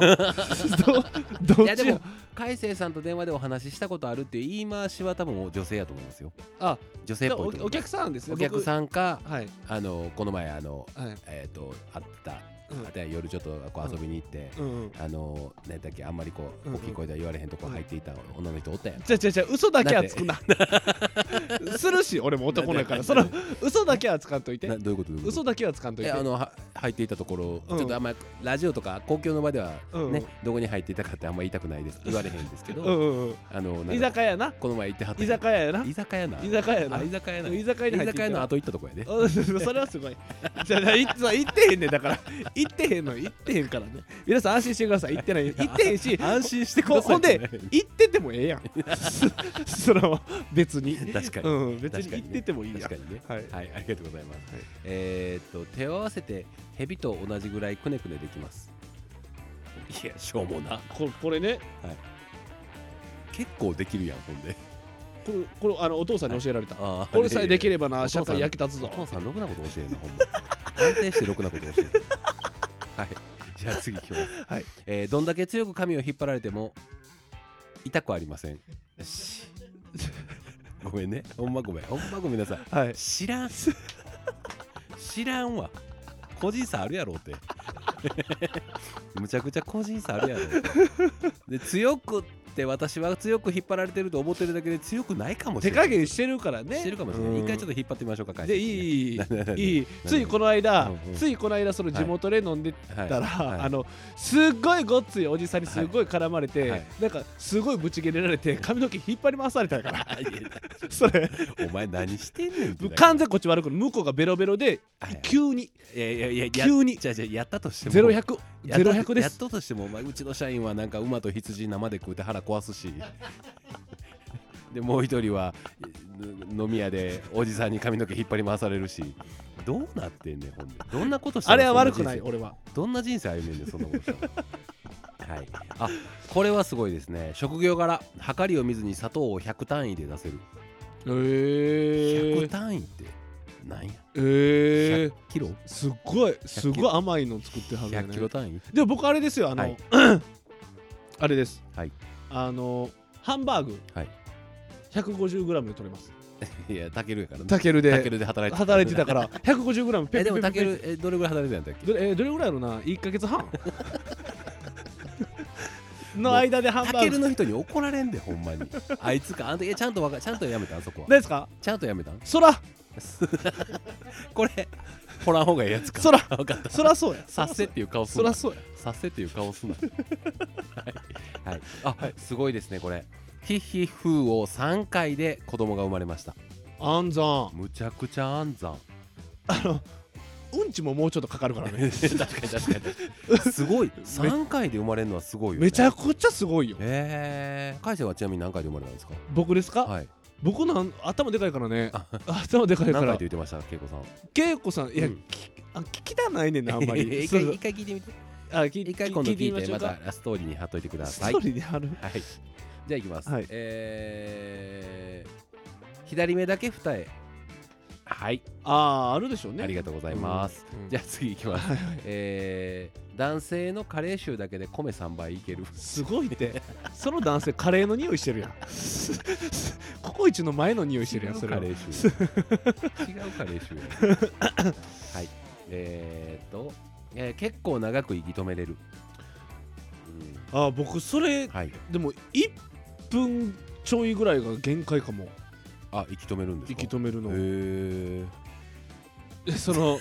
[SPEAKER 1] どどっ
[SPEAKER 2] いやで
[SPEAKER 1] ちや
[SPEAKER 2] も海星さんと電話でお話ししたことあるっていう言い回しは多分女性やと思いますよ
[SPEAKER 1] あ
[SPEAKER 2] 女性っ
[SPEAKER 1] じゃあお
[SPEAKER 2] ぽいと思います
[SPEAKER 1] お客さんですね
[SPEAKER 2] お客
[SPEAKER 1] ん
[SPEAKER 2] さんか
[SPEAKER 1] はい
[SPEAKER 2] あのこの前あの
[SPEAKER 1] はい
[SPEAKER 2] えっ、とあった
[SPEAKER 1] うん
[SPEAKER 2] で夜ちょっとこう遊びに行って、
[SPEAKER 1] うんうん
[SPEAKER 2] あのー、何だっけあんまりこ
[SPEAKER 1] うん
[SPEAKER 2] う
[SPEAKER 1] うん
[SPEAKER 2] 大きい声では言われへんとこ入っていた女の人おったやん、
[SPEAKER 1] じゃじゃじゃ嘘だけはつくなするし俺も男だからその嘘だけはつかんといて
[SPEAKER 2] などういうことどういうこと
[SPEAKER 1] 嘘だけはつかんとい
[SPEAKER 2] え
[SPEAKER 1] て
[SPEAKER 2] あのは入っていたところ、
[SPEAKER 1] うん
[SPEAKER 2] ちょっとあんまりラジオとか公共の場ではね、
[SPEAKER 1] うん
[SPEAKER 2] どこに入っていたかってあんまり言いたくないです言われへんですけど、
[SPEAKER 1] うんうんうん
[SPEAKER 2] あのなんか
[SPEAKER 1] 居酒屋やな
[SPEAKER 2] この前行ってはった
[SPEAKER 1] 居酒屋やな
[SPEAKER 2] 居酒屋な
[SPEAKER 1] 居酒屋やな
[SPEAKER 2] あ居酒屋な
[SPEAKER 1] 居酒屋に入って
[SPEAKER 2] 居酒
[SPEAKER 1] いっ
[SPEAKER 2] 屋
[SPEAKER 1] た
[SPEAKER 2] の後行ったとこやで
[SPEAKER 1] うん それはすごい。じゃあ、いそう行ってへんねんだから、行ってへんの、行ってへんからね。皆さん安心してください、行ってない、行ってへんし、
[SPEAKER 2] 安心してく
[SPEAKER 1] ほ
[SPEAKER 2] ださい
[SPEAKER 1] ほんで、行っててもええやん。 それは別に。
[SPEAKER 2] 確かに、
[SPEAKER 1] うん、別
[SPEAKER 2] 確か
[SPEAKER 1] に
[SPEAKER 2] に
[SPEAKER 1] 行
[SPEAKER 2] ね
[SPEAKER 1] っててもいいやん
[SPEAKER 2] 確。かにね
[SPEAKER 1] はい。
[SPEAKER 2] はいありがとうございます、
[SPEAKER 1] はい
[SPEAKER 2] えー、っと手を合わせて蛇と同じぐらいくねくねできますいやしょうもな
[SPEAKER 1] ここれね、
[SPEAKER 2] 結構できるやんほんで
[SPEAKER 1] これ、これあのお父さんに教えられた。
[SPEAKER 2] あ
[SPEAKER 1] これさえできれば
[SPEAKER 2] お
[SPEAKER 1] な、
[SPEAKER 2] 父さ
[SPEAKER 1] 社
[SPEAKER 2] ん
[SPEAKER 1] 会役立つぞ
[SPEAKER 2] お。父さんろくなこと教えるなほんま安定してろくなこと教えるはいじゃあ次いきます、
[SPEAKER 1] はい
[SPEAKER 2] えーどんだけ強く髪を引っ張られても痛くありませんごめんねほんまごめんほんまごめんなさい
[SPEAKER 1] はい。
[SPEAKER 2] 知らん知らんわ個人差あるやろってむちゃくちゃ個人差あるやろで強くって私は強く引っ張られてると思ってるだけで強くないかもし
[SPEAKER 1] 手
[SPEAKER 2] れない
[SPEAKER 1] 加減してるからね。
[SPEAKER 2] してるかもしれない。一回ちょっ
[SPEAKER 1] と。
[SPEAKER 2] と引っ張ってみましょうか、
[SPEAKER 1] で、いい、 いい
[SPEAKER 2] なんだなんだ、
[SPEAKER 1] いい。ついこの
[SPEAKER 2] う
[SPEAKER 1] 間
[SPEAKER 2] んうん、
[SPEAKER 1] ついこの間、その地元で飲んで
[SPEAKER 2] は
[SPEAKER 1] ったら、
[SPEAKER 2] はい
[SPEAKER 1] あのすっごいごっついおじさんにすっごい絡まれて、
[SPEAKER 2] はい
[SPEAKER 1] なんかすごいぶち切れられて髪の毛引っ張り回されたから
[SPEAKER 2] い
[SPEAKER 1] それ
[SPEAKER 2] やお前何してんねんって。
[SPEAKER 1] 完全こっち悪く向こうがベロベロで
[SPEAKER 2] はい
[SPEAKER 1] 急に
[SPEAKER 2] いやいやいやや、
[SPEAKER 1] 急に
[SPEAKER 2] じゃじゃやったとしても。
[SPEAKER 1] 0 1 0
[SPEAKER 2] やった
[SPEAKER 1] 0 1で
[SPEAKER 2] やっ
[SPEAKER 1] す
[SPEAKER 2] たとしても、お前うちの社員はなんか馬と羊生で食うて腹壊すし。 で、もう一人はぬ飲み屋でおじさんに髪の毛引っ張り回されるし。どうなってんねん、ほんで。どんなことした
[SPEAKER 1] あ
[SPEAKER 2] ら
[SPEAKER 1] れは悪くない
[SPEAKER 2] そん人
[SPEAKER 1] 俺は
[SPEAKER 2] 生どんな人生歩めんねん、そんなことしたらはい、あこれはすごいですね職業柄量りを見ずに砂糖を100単位で出せる
[SPEAKER 1] え
[SPEAKER 2] 100
[SPEAKER 1] ー、
[SPEAKER 2] 単位ってなんや
[SPEAKER 1] え
[SPEAKER 2] 100
[SPEAKER 1] ー、
[SPEAKER 2] キロ
[SPEAKER 1] すっごいすごい甘いの作ってはるよ
[SPEAKER 2] ?100 キロ
[SPEAKER 1] ね
[SPEAKER 2] 単位
[SPEAKER 1] でも僕あれですよあの、
[SPEAKER 2] はい
[SPEAKER 1] あれです、
[SPEAKER 2] はい
[SPEAKER 1] あのハンバーグ、
[SPEAKER 2] はい
[SPEAKER 1] 百五 150g で取れます
[SPEAKER 2] いや、タケルやからね。
[SPEAKER 1] タケルで
[SPEAKER 2] タケルで働いて
[SPEAKER 1] 働いてたから 150g ペペ
[SPEAKER 2] え、で
[SPEAKER 1] ペ
[SPEAKER 2] も
[SPEAKER 1] ペ
[SPEAKER 2] タケ
[SPEAKER 1] ペ
[SPEAKER 2] ル、え、どれぐらい働いてたんだっけ
[SPEAKER 1] どれえーどれぐらいやろな1か月半 の間でハン
[SPEAKER 2] タ
[SPEAKER 1] バ
[SPEAKER 2] ケ
[SPEAKER 1] ー
[SPEAKER 2] ル
[SPEAKER 1] グ
[SPEAKER 2] の人に怒られんで、ほ んまに。あいつか、あんた、いや、ちゃんとわか、ちゃんとやめたん、そこは。
[SPEAKER 1] 何ですか
[SPEAKER 2] ちゃんとやめたん
[SPEAKER 1] そら
[SPEAKER 2] これ、ほらんほうがいいやつか。
[SPEAKER 1] そら
[SPEAKER 2] わかった。
[SPEAKER 1] そらそうや
[SPEAKER 2] さっせっていう顔す
[SPEAKER 1] そ
[SPEAKER 2] ん
[SPEAKER 1] ら
[SPEAKER 2] な。
[SPEAKER 1] そうや
[SPEAKER 2] さっせっていう顔すんな。 はい。はい。あ、すごいですね、これ。ヒヒフーを3回で子供が生まれました。
[SPEAKER 1] 暗算
[SPEAKER 2] むちゃくちゃ 安産。
[SPEAKER 1] あのうんちももうちょっとかかるからね
[SPEAKER 2] 確かに確かにすごい3回で生まれるのはすごいよ、ね、
[SPEAKER 1] めちゃくちゃすごいよ
[SPEAKER 2] ええー、海星はちなみに何回で生まれたんですか
[SPEAKER 1] 僕ですか、
[SPEAKER 2] はい
[SPEAKER 1] 僕なん頭でかいからね頭でかい
[SPEAKER 2] 何
[SPEAKER 1] か
[SPEAKER 2] 回
[SPEAKER 1] ら
[SPEAKER 2] って言ってました恵子さん
[SPEAKER 1] 恵子さんいや、
[SPEAKER 2] うん
[SPEAKER 1] きあ聞きたないねんなあん ま
[SPEAKER 2] いや
[SPEAKER 1] り
[SPEAKER 2] 一
[SPEAKER 1] そうそ
[SPEAKER 2] 回
[SPEAKER 1] う
[SPEAKER 2] 一回聞いてみて
[SPEAKER 1] あ聞
[SPEAKER 2] 一回今度聞いて
[SPEAKER 1] みま
[SPEAKER 2] ま
[SPEAKER 1] しょうか
[SPEAKER 2] たストーリーに貼っといてくだ
[SPEAKER 1] ス
[SPEAKER 2] さ
[SPEAKER 1] ト
[SPEAKER 2] い
[SPEAKER 1] ーリーにある
[SPEAKER 2] はいじゃあいきます、
[SPEAKER 1] はい
[SPEAKER 2] えー、左目だけ二重はい、
[SPEAKER 1] あああるでしょうね
[SPEAKER 2] ありがとうございます、
[SPEAKER 1] うん
[SPEAKER 2] じゃあ次いきます、
[SPEAKER 1] はいはい
[SPEAKER 2] えー、男性のカレー臭だけで米3杯いける
[SPEAKER 1] すごいってその男性カレーの匂いしてるやんココイチの前の匂いしてるやんそれ
[SPEAKER 2] カ
[SPEAKER 1] は
[SPEAKER 2] レー臭違うカレー臭 はいえー、っと、えー結構長く息止めれる、う
[SPEAKER 1] あ僕それ
[SPEAKER 2] ん、はい
[SPEAKER 1] でも1分ちょいぐらいが限界かも
[SPEAKER 2] あ息止めるんですか
[SPEAKER 1] 息止めるの
[SPEAKER 2] へ
[SPEAKER 1] え
[SPEAKER 2] え
[SPEAKER 1] そ の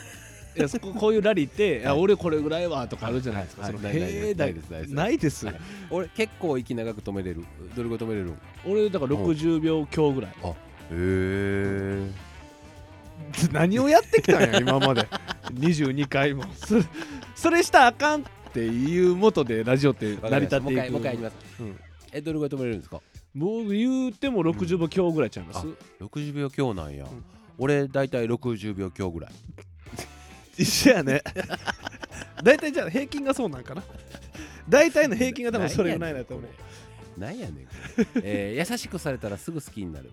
[SPEAKER 1] いやそここういうラリーって「いや
[SPEAKER 2] はい
[SPEAKER 1] 俺これぐらいは」とかあるじゃないですか、
[SPEAKER 2] はい
[SPEAKER 1] その
[SPEAKER 2] はい
[SPEAKER 1] へ
[SPEAKER 2] ないない
[SPEAKER 1] えだ
[SPEAKER 2] ないですないです
[SPEAKER 1] ないです、
[SPEAKER 2] はい俺結構息長く止めれるどれぐらい止めれるへ
[SPEAKER 1] 俺だから60秒強 ぐらい
[SPEAKER 2] え
[SPEAKER 1] 何をやってきた んや今まで22回もそそれしたらあかんっていうもとでラジオって成り立っていく
[SPEAKER 2] もう一回もう一回やります、
[SPEAKER 1] うん
[SPEAKER 2] えどれぐらい止めれるんですか
[SPEAKER 1] もう言うても60秒強ぐらいちゃいます、
[SPEAKER 2] 60秒強なんや、
[SPEAKER 1] ん
[SPEAKER 2] 俺だいたい60秒強ぐらい
[SPEAKER 1] 一緒やね 大体じゃあ平均がそうなんかな大体の平均が多分それぐらいだと思う
[SPEAKER 2] なんやねんこれえ ー優しくされたらすぐ好きになる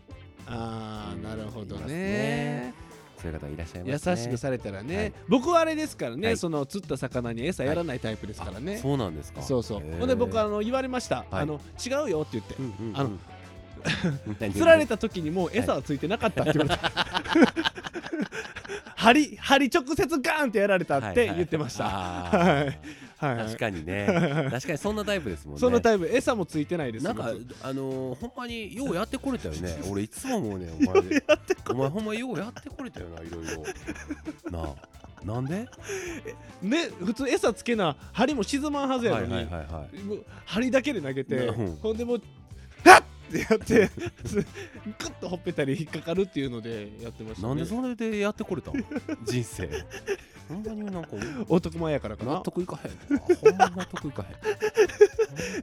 [SPEAKER 1] あーなるほど
[SPEAKER 2] います
[SPEAKER 1] ね
[SPEAKER 2] ねそういう方いらっしゃい
[SPEAKER 1] 優
[SPEAKER 2] ますね
[SPEAKER 1] しくされたらね、
[SPEAKER 2] はい
[SPEAKER 1] 僕はあれですからね、
[SPEAKER 2] はい
[SPEAKER 1] その釣った魚に餌やらないタイプですからね、
[SPEAKER 2] あそうなんですか
[SPEAKER 1] そうそう
[SPEAKER 2] へー
[SPEAKER 1] ほんで僕あの言われました、
[SPEAKER 2] はい
[SPEAKER 1] あの違うよって言って、
[SPEAKER 2] うんうんうん
[SPEAKER 1] あの
[SPEAKER 2] 何
[SPEAKER 1] 釣られた時にもう餌はついてなかったって言われた、 針針直接ガーンってやられたって言ってました、
[SPEAKER 2] はいは
[SPEAKER 1] は
[SPEAKER 2] い
[SPEAKER 1] い
[SPEAKER 2] あー
[SPEAKER 1] はい
[SPEAKER 2] 確かにね確かにそんなタイプですもんね
[SPEAKER 1] そのタイプ餌もついてないです
[SPEAKER 2] なんか
[SPEAKER 1] 僕
[SPEAKER 2] あのー、ほんまにようやってこれた よね俺いつも思うねんお前でお前ほんまようやってこれたよないろいろなあなんで
[SPEAKER 1] ね普通餌つけな針も沈まんはずやのに、
[SPEAKER 2] はいはいはいはい
[SPEAKER 1] もう針だけで投げて、
[SPEAKER 2] うん
[SPEAKER 1] ほんでも う「はっ!」ってやってつ グッとほっぺたり引っかかるっていうのでやってましたね
[SPEAKER 2] なんでそれでやってこれたん人生ほんまになんか
[SPEAKER 1] 男前やからか
[SPEAKER 2] 納
[SPEAKER 1] な
[SPEAKER 2] 得いかへんわほんまに納得いかへ ん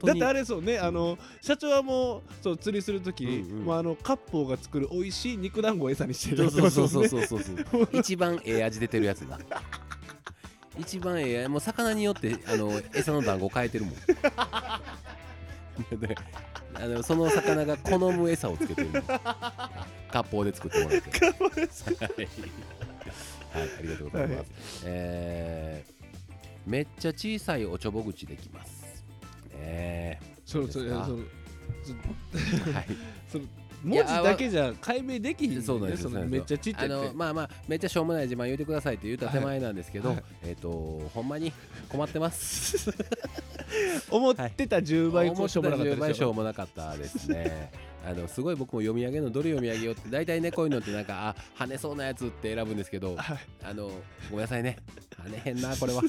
[SPEAKER 1] だ
[SPEAKER 2] 本当
[SPEAKER 1] っ
[SPEAKER 2] に
[SPEAKER 1] てあれそうね、あの社長はもうそう釣りする時
[SPEAKER 2] うんうん
[SPEAKER 1] まあ、あのカッポーが作る美味しい肉団子を餌にしてる
[SPEAKER 2] そうそうそ
[SPEAKER 1] そ
[SPEAKER 2] うそうそうそうそう 一番ええ味出てるやつだ一番ええもう魚によってあの餌の団子変えてるもんであのその魚が好む餌をつけてるもん割烹で作ってもらってはい、ありがとうございます、
[SPEAKER 1] はい
[SPEAKER 2] えーめっちゃ小さいおちょぼ口できます ね
[SPEAKER 1] そうそうそう
[SPEAKER 2] ですか
[SPEAKER 1] そうそ
[SPEAKER 2] えはい
[SPEAKER 1] その文字だけじゃ解明できひんねんね
[SPEAKER 2] そうなんです
[SPEAKER 1] そ
[SPEAKER 2] よ
[SPEAKER 1] の
[SPEAKER 2] そうなん
[SPEAKER 1] め
[SPEAKER 2] ですよ
[SPEAKER 1] っちゃちっちゃ
[SPEAKER 2] あ
[SPEAKER 1] いっ
[SPEAKER 2] の
[SPEAKER 1] て
[SPEAKER 2] まあまあめっちゃしょうもない自慢言うてくださいって言うた手前なんですけど、
[SPEAKER 1] はい
[SPEAKER 2] えっ、とほんまに困ってます
[SPEAKER 1] 思ってた10倍こうしょうもなかっ
[SPEAKER 2] 思た
[SPEAKER 1] た
[SPEAKER 2] 倍
[SPEAKER 1] で
[SPEAKER 2] し
[SPEAKER 1] し
[SPEAKER 2] ょ
[SPEAKER 1] ょ
[SPEAKER 2] うもなかったです ねあのすごい僕も読み上げのどれ読み上げようって大体ねこういうのってなんかあ跳ねそうなやつって選ぶんですけど
[SPEAKER 1] はい
[SPEAKER 2] あのごめんなさいね跳ねへんなこ れは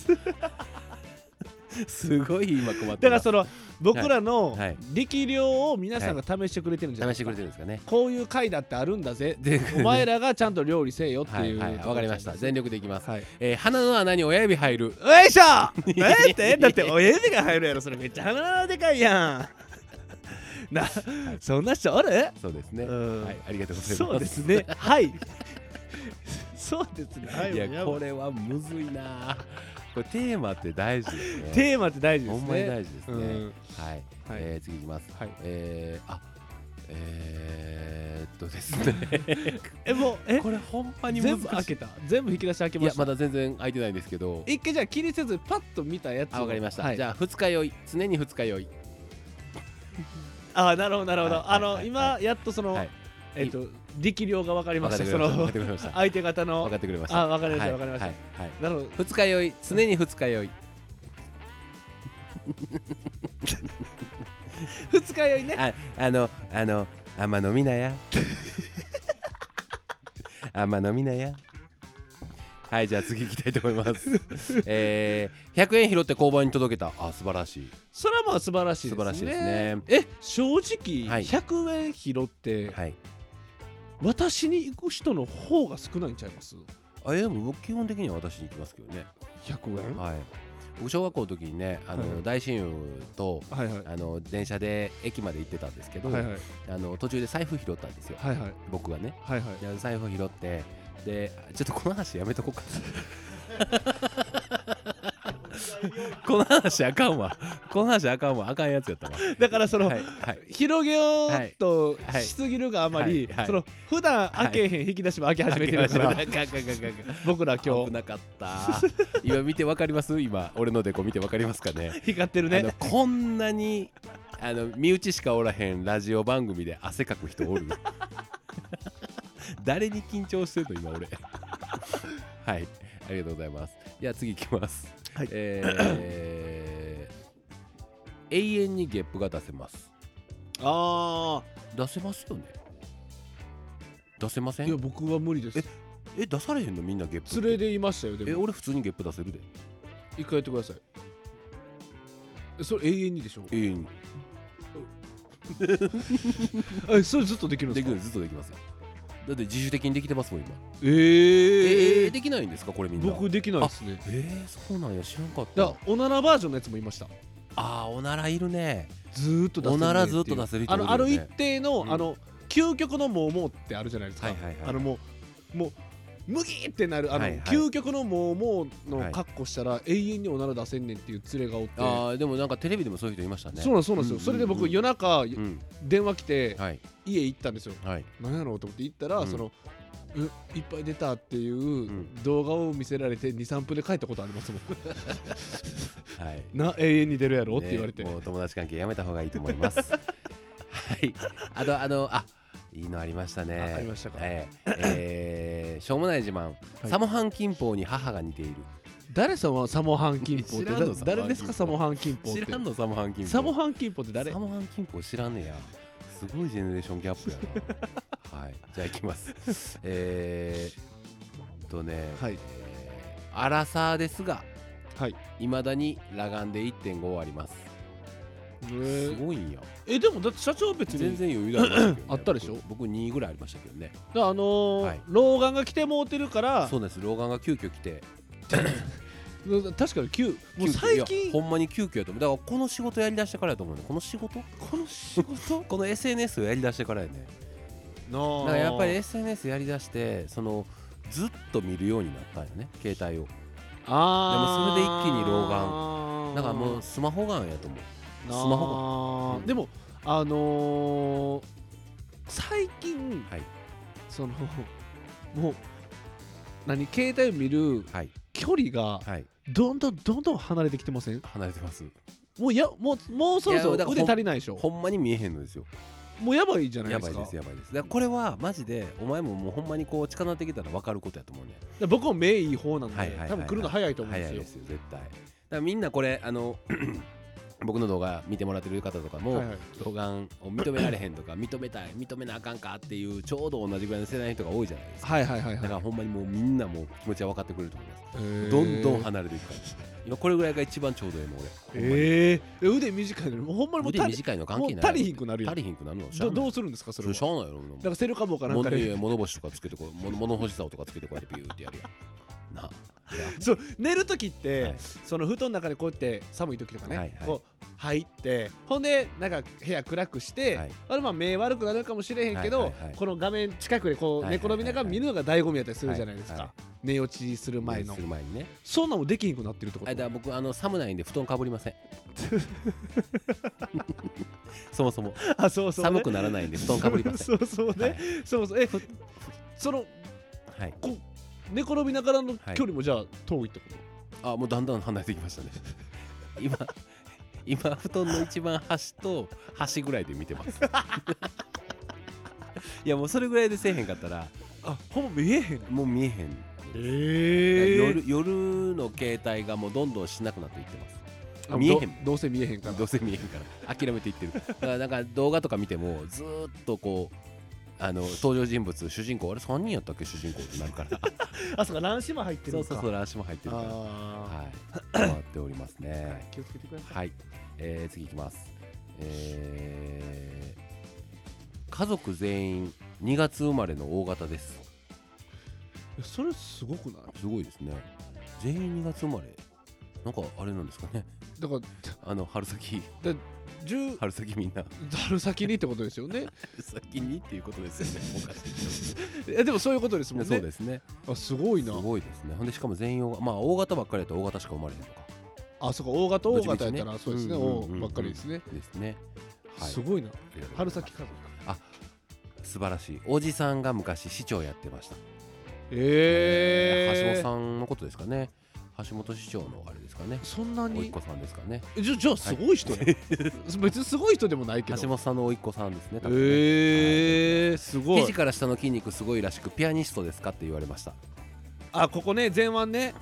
[SPEAKER 2] すごい今困って
[SPEAKER 1] だか
[SPEAKER 2] ま
[SPEAKER 1] ら
[SPEAKER 2] す
[SPEAKER 1] その僕らの
[SPEAKER 2] はい
[SPEAKER 1] 力量を皆さんが試してくれてるんじゃないです
[SPEAKER 2] 試して
[SPEAKER 1] か
[SPEAKER 2] くれてるんですかね
[SPEAKER 1] こういう回だってあるんだ ぜ
[SPEAKER 2] で
[SPEAKER 1] お前らがちゃんと料理せえよって
[SPEAKER 2] はいいうはいわかりました全
[SPEAKER 1] 力
[SPEAKER 2] 力でいきます、
[SPEAKER 1] はい
[SPEAKER 2] えー鼻の穴に親指入る
[SPEAKER 1] よいしょ えってだって親指が入るやろそれめっちゃ鼻でかいやん なそんな人おる
[SPEAKER 2] そうですね、
[SPEAKER 1] うん
[SPEAKER 2] はいありがとうございます
[SPEAKER 1] そうですね はいそうですねはい
[SPEAKER 2] い
[SPEAKER 1] もう
[SPEAKER 2] や
[SPEAKER 1] ば
[SPEAKER 2] これはむずいなこれテーマって大事だよね
[SPEAKER 1] テーマって大事で
[SPEAKER 2] ほ
[SPEAKER 1] す
[SPEAKER 2] んまに
[SPEAKER 1] ね
[SPEAKER 2] 大事ですね、
[SPEAKER 1] うん
[SPEAKER 2] はい、えー次いきます、
[SPEAKER 1] はい
[SPEAKER 2] えー、あえー、っとです ね
[SPEAKER 1] えもうえ
[SPEAKER 2] これほんまに
[SPEAKER 1] 全
[SPEAKER 2] 難しい
[SPEAKER 1] 部開けた全部引き出し開け
[SPEAKER 2] い
[SPEAKER 1] ま
[SPEAKER 2] や
[SPEAKER 1] した
[SPEAKER 2] まだ全然空いてないんですけど
[SPEAKER 1] 一回じゃあ気にせずパッと見たやつを
[SPEAKER 2] あわかりました、
[SPEAKER 1] はい
[SPEAKER 2] じゃあ二日酔い常に二日酔い
[SPEAKER 1] ああなるほどなるほど、
[SPEAKER 2] はいはいはい
[SPEAKER 1] あの今やっとその、
[SPEAKER 2] はい
[SPEAKER 1] えっ、と力量が分かりま
[SPEAKER 2] 分か
[SPEAKER 1] し
[SPEAKER 2] って
[SPEAKER 1] た
[SPEAKER 2] く
[SPEAKER 1] そ
[SPEAKER 2] れま
[SPEAKER 1] の
[SPEAKER 2] した分かってくれました
[SPEAKER 1] 相手方の
[SPEAKER 2] 分かってくれました
[SPEAKER 1] あわかりました
[SPEAKER 2] はい
[SPEAKER 1] わかりました
[SPEAKER 2] はいはい
[SPEAKER 1] なるほど
[SPEAKER 2] 二日酔い常に二日酔い
[SPEAKER 1] 二日酔いね
[SPEAKER 2] ああのあのあんま飲みな やあんま飲みなやはいじゃあ次行きたいと思いますえー、100円拾って交番に届けたあ素晴らしい
[SPEAKER 1] それはまあ素晴らしいですね
[SPEAKER 2] 素晴らしいですね
[SPEAKER 1] え正直、
[SPEAKER 2] はい
[SPEAKER 1] 100円拾って
[SPEAKER 2] はい
[SPEAKER 1] 私に行く人の方が少ないんちゃいます
[SPEAKER 2] あいやでも僕基本的には私に行きますけどね
[SPEAKER 1] 100円は
[SPEAKER 2] はい僕小学校の時にねあの、
[SPEAKER 1] はい
[SPEAKER 2] 大親友と
[SPEAKER 1] いはい
[SPEAKER 2] あの電車で駅まで行ってたんですけど、
[SPEAKER 1] はいはい
[SPEAKER 2] あの途中で財布拾ったんですよ
[SPEAKER 1] はいはい
[SPEAKER 2] 僕がね
[SPEAKER 1] はいはい
[SPEAKER 2] いや財布拾ってでちょっとこの話やめと こうかこの話あかんわこの話あかんわあかんやつやったわ
[SPEAKER 1] だからその、
[SPEAKER 2] はいはい
[SPEAKER 1] 広げようと
[SPEAKER 2] はい
[SPEAKER 1] しすぎるがあまり、
[SPEAKER 2] はいはい
[SPEAKER 1] その普段開けへん引き出しも開け始めてるから、
[SPEAKER 2] あかんあかんあかんあかんあかん
[SPEAKER 1] 僕ら今
[SPEAKER 2] 危
[SPEAKER 1] 日
[SPEAKER 2] なかった今見てわかります今俺のデコ見てわかりますかね
[SPEAKER 1] 光ってる
[SPEAKER 2] あの
[SPEAKER 1] ね
[SPEAKER 2] こんなにあの身内しかおらへんラジオ番組で汗かく人おる誰に緊張してるの今俺はいありがとうございますじゃあ次いきます、
[SPEAKER 1] はい
[SPEAKER 2] えー永遠にゲップが出せます
[SPEAKER 1] あ
[SPEAKER 2] 出せますよね出せませ
[SPEAKER 1] あいや
[SPEAKER 2] ん
[SPEAKER 1] 僕は無理です
[SPEAKER 2] え出されへんのみんなゲップって
[SPEAKER 1] 連れでいましたよ
[SPEAKER 2] え
[SPEAKER 1] でも
[SPEAKER 2] 俺普通にゲップ出せるで
[SPEAKER 1] 一回やってくださいえそれ永遠にでしょ
[SPEAKER 2] 永遠に
[SPEAKER 1] えそれずっとできるんで
[SPEAKER 2] ですき
[SPEAKER 1] か
[SPEAKER 2] るずっとできますよだって自主的にできてますもん今
[SPEAKER 1] え
[SPEAKER 2] え
[SPEAKER 1] ー、
[SPEAKER 2] ーできないんですかこれみんな
[SPEAKER 1] 僕できないですね
[SPEAKER 2] えー、そうなんや知らんかった
[SPEAKER 1] だからおならバージョンのやつもいました
[SPEAKER 2] あーおならいるね
[SPEAKER 1] ずーっと出せるねっていう
[SPEAKER 2] おならずっと出せるって
[SPEAKER 1] あ
[SPEAKER 2] ことだよね
[SPEAKER 1] のある一定の、
[SPEAKER 2] うん
[SPEAKER 1] あの究極のもうもうってあるじゃないですか、
[SPEAKER 2] はいはいはい
[SPEAKER 1] あのもうもう麦ってなるあの、
[SPEAKER 2] はいはい
[SPEAKER 1] 究極のもうもう
[SPEAKER 2] は
[SPEAKER 1] の
[SPEAKER 2] い
[SPEAKER 1] 格好したら、永遠におなら出せんねんっていう連れがおって
[SPEAKER 2] あーでもなんかテレビでもそういう人いましたね
[SPEAKER 1] そうなんそうなんですよ、
[SPEAKER 2] うん
[SPEAKER 1] それで
[SPEAKER 2] う
[SPEAKER 1] 僕
[SPEAKER 2] ん
[SPEAKER 1] 夜中、
[SPEAKER 2] うん
[SPEAKER 1] 電話来て、
[SPEAKER 2] はい
[SPEAKER 1] 家行ったんですよ
[SPEAKER 2] はい
[SPEAKER 1] なんやろうと思って行ったら、
[SPEAKER 2] うん
[SPEAKER 1] そのういっぱい出たっていうん動画を見せられて23分で帰ったことありますもん
[SPEAKER 2] はい
[SPEAKER 1] な永遠に出るやろって言われて、
[SPEAKER 2] ねもう友達関係やめた方がいいと思いますはいあとあのあいいのありましたね
[SPEAKER 1] あありましたか
[SPEAKER 2] えええーしょうもない自慢、
[SPEAKER 1] い
[SPEAKER 2] サモハン金峰に母が似ている
[SPEAKER 1] 誰さまサモハンキンポって
[SPEAKER 2] 知らんの
[SPEAKER 1] だ誰ですかサ
[SPEAKER 2] サ
[SPEAKER 1] モ
[SPEAKER 2] モ
[SPEAKER 1] ハンキンポって
[SPEAKER 2] のサモハン金
[SPEAKER 1] サモハンキンポって誰
[SPEAKER 2] サモハン金庫知らねえやすごいジェネレーションギャップや なはいじゃあいきますえー、っとね、
[SPEAKER 1] はい
[SPEAKER 2] えーアラサーですが
[SPEAKER 1] はい
[SPEAKER 2] いまだに裸眼で1.5あります
[SPEAKER 1] え
[SPEAKER 2] す
[SPEAKER 1] ー
[SPEAKER 2] ごいんや
[SPEAKER 1] えでもだって社長別
[SPEAKER 2] 全
[SPEAKER 1] に
[SPEAKER 2] 然余裕だありましたけど ね
[SPEAKER 1] あったでしょ
[SPEAKER 2] 僕僕2ぐらいありましたけどね
[SPEAKER 1] だからあのー
[SPEAKER 2] はい
[SPEAKER 1] 老眼が来てもうてるから
[SPEAKER 2] そうなんです老眼が急遽来て
[SPEAKER 1] 確かに9もう
[SPEAKER 2] 急遽い
[SPEAKER 1] 最
[SPEAKER 2] や
[SPEAKER 1] 近
[SPEAKER 2] ほんまに急遽やと思うだからこの仕事やりだしてからやと思うねこの仕事
[SPEAKER 1] この仕事
[SPEAKER 2] この SNS をやりだしてからやねだからやっぱり SNS やりだしてそのずっと見るようになったんよね携帯を
[SPEAKER 1] あー
[SPEAKER 2] でもそれで一気に老
[SPEAKER 1] 眼
[SPEAKER 2] だからもうスマホ眼やと思うスマ
[SPEAKER 1] ホ
[SPEAKER 2] うん
[SPEAKER 1] でもあのー最近、
[SPEAKER 2] はい
[SPEAKER 1] そのもう何携帯を見る
[SPEAKER 2] はい
[SPEAKER 1] 距離が
[SPEAKER 2] はい
[SPEAKER 1] どんどんどんどん離れてきてません
[SPEAKER 2] 離れてます
[SPEAKER 1] もうやもうもうそろそ
[SPEAKER 2] いやだ
[SPEAKER 1] ろ
[SPEAKER 2] か
[SPEAKER 1] 腕
[SPEAKER 2] らほん
[SPEAKER 1] 足りないでしょ
[SPEAKER 2] ほんまに見えへんのですよ
[SPEAKER 1] もうやばいじゃない
[SPEAKER 2] や
[SPEAKER 1] で
[SPEAKER 2] ば
[SPEAKER 1] す
[SPEAKER 2] い
[SPEAKER 1] か
[SPEAKER 2] ですやばいですだからこれはマジでお前ももうほんまにこう近なってきたら分かることやと思うね
[SPEAKER 1] で僕も目いい方なんで、
[SPEAKER 2] はいはいはいはい
[SPEAKER 1] 多分来るの早いと思うんで
[SPEAKER 2] 早
[SPEAKER 1] す
[SPEAKER 2] い
[SPEAKER 1] よ
[SPEAKER 2] ですよ絶対だからみんなこれあの 僕の動画見てもらってる方とかも、
[SPEAKER 1] はいはい
[SPEAKER 2] 老眼を認められへ んとか認めたい認めなあかんかっていうちょうど同じぐらいの世代の人が多いじゃないですか
[SPEAKER 1] はいはいはいはい
[SPEAKER 2] だからほんまにもうみんなもう気持ちは分かってくれると思います
[SPEAKER 1] へー
[SPEAKER 2] どんどん離れていくから今これぐらいが一番ちょうどええもん俺ほんまに
[SPEAKER 1] ええ腕短いのにもうほんまにもう
[SPEAKER 2] 腕
[SPEAKER 1] た
[SPEAKER 2] 短いの関係ない
[SPEAKER 1] もう足りひんくなるやん
[SPEAKER 2] 足りひんくなるの
[SPEAKER 1] どど
[SPEAKER 2] う
[SPEAKER 1] うするんですかそ
[SPEAKER 2] そ
[SPEAKER 1] れは
[SPEAKER 2] れし
[SPEAKER 1] だ
[SPEAKER 2] ゃあないやろ
[SPEAKER 1] からセルカ棒かなん
[SPEAKER 2] 物
[SPEAKER 1] かで
[SPEAKER 2] 物干しとかつけてこう物物干し竿とかつけてこうやってビューってやるやんなあいや
[SPEAKER 1] そう寝る時って、
[SPEAKER 2] はい
[SPEAKER 1] その布団の中でこうやって寒い時とかね、
[SPEAKER 2] はいはい
[SPEAKER 1] こう入ってほんでなんか部屋暗くして、
[SPEAKER 2] はい
[SPEAKER 1] あれまあ目悪くなるかもしれへんけど、
[SPEAKER 2] はいはいはい
[SPEAKER 1] この画面近くでこう
[SPEAKER 2] は
[SPEAKER 1] 寝
[SPEAKER 2] いはいはい
[SPEAKER 1] 転びながら見るのが醍醐味やったりするじゃないですか、
[SPEAKER 2] はいは
[SPEAKER 1] 寝落ちする前の
[SPEAKER 2] する前にね
[SPEAKER 1] そんなんもできひんくなってるってこ
[SPEAKER 2] あ
[SPEAKER 1] と
[SPEAKER 2] だから僕あの寒ないんで布団かぶり ませんそもそも
[SPEAKER 1] あ そうそう、ね、
[SPEAKER 2] 寒くならないんで布団かぶりません
[SPEAKER 1] そうそうね、
[SPEAKER 2] はい
[SPEAKER 1] そうそうえその
[SPEAKER 2] はい
[SPEAKER 1] こう寝転びながらの距離もじゃあ遠いってこと、
[SPEAKER 2] あもうだんだん離れてきましたね 今今布団の一番端と端ぐらいで見てます いやもうそれぐらいでせえへんかったら
[SPEAKER 1] あほぼ見えへん
[SPEAKER 2] もう見えへん、
[SPEAKER 1] え
[SPEAKER 2] 夜夜の携帯がもうどんどんしなくなっていってます
[SPEAKER 1] あ
[SPEAKER 2] 見えへん
[SPEAKER 1] どどうせ見えへんから
[SPEAKER 2] どうせ見えへんから諦めていってるだからなんか動画とか見てもずーっとこうあの登場人物主人公あれ3人やったっけ主人公ってなる から
[SPEAKER 1] あそうか乱視も入ってるの
[SPEAKER 2] そう
[SPEAKER 1] か
[SPEAKER 2] そうそう足も入ってるからは
[SPEAKER 1] あ
[SPEAKER 2] い変わっております
[SPEAKER 1] あ、
[SPEAKER 2] ね
[SPEAKER 1] はい、気をつけてください
[SPEAKER 2] はい、えー次いきます、えー家族全員2月生まれの大型です
[SPEAKER 1] いやそれすごくない
[SPEAKER 2] すごいですね全員2月生まれなんかあれなんですかね
[SPEAKER 1] だから
[SPEAKER 2] あの春先
[SPEAKER 1] 10
[SPEAKER 2] 春先みんな
[SPEAKER 1] 春先にってことですよね
[SPEAKER 2] 先にっていうことですよ ねおかしいですよ
[SPEAKER 1] えでもそういうことですもん
[SPEAKER 2] ね
[SPEAKER 1] ね
[SPEAKER 2] そうですね
[SPEAKER 1] あすごい
[SPEAKER 2] す
[SPEAKER 1] な
[SPEAKER 2] ごいですねほんでしかも全員大型まあ大型ばっかりやと大型しか生まれへんとか
[SPEAKER 1] あそうか大型大型やった
[SPEAKER 2] どっちみち
[SPEAKER 1] ら
[SPEAKER 2] ね
[SPEAKER 1] そうですね
[SPEAKER 2] うんう
[SPEAKER 1] 大
[SPEAKER 2] んうんうん
[SPEAKER 1] ばっかりですね
[SPEAKER 2] ですねはい
[SPEAKER 1] すごいな
[SPEAKER 2] ありがとうございます
[SPEAKER 1] 春先家族
[SPEAKER 2] 素晴らしいおじさんが昔市長やってました
[SPEAKER 1] え
[SPEAKER 2] 橋
[SPEAKER 1] え
[SPEAKER 2] 本さんのことですかね橋本市長のあれですかね
[SPEAKER 1] そんな
[SPEAKER 2] おいっ
[SPEAKER 1] に
[SPEAKER 2] 子さんですかね
[SPEAKER 1] えじゃじゃあすごい人や 別にすごい人でもないけ
[SPEAKER 2] 橋
[SPEAKER 1] ど
[SPEAKER 2] 本さんのおいっ子さんですね多分ね
[SPEAKER 1] ええすごい
[SPEAKER 2] 肘から下の筋肉すごいらしくピアニストですかって言われました
[SPEAKER 1] あここね前腕ね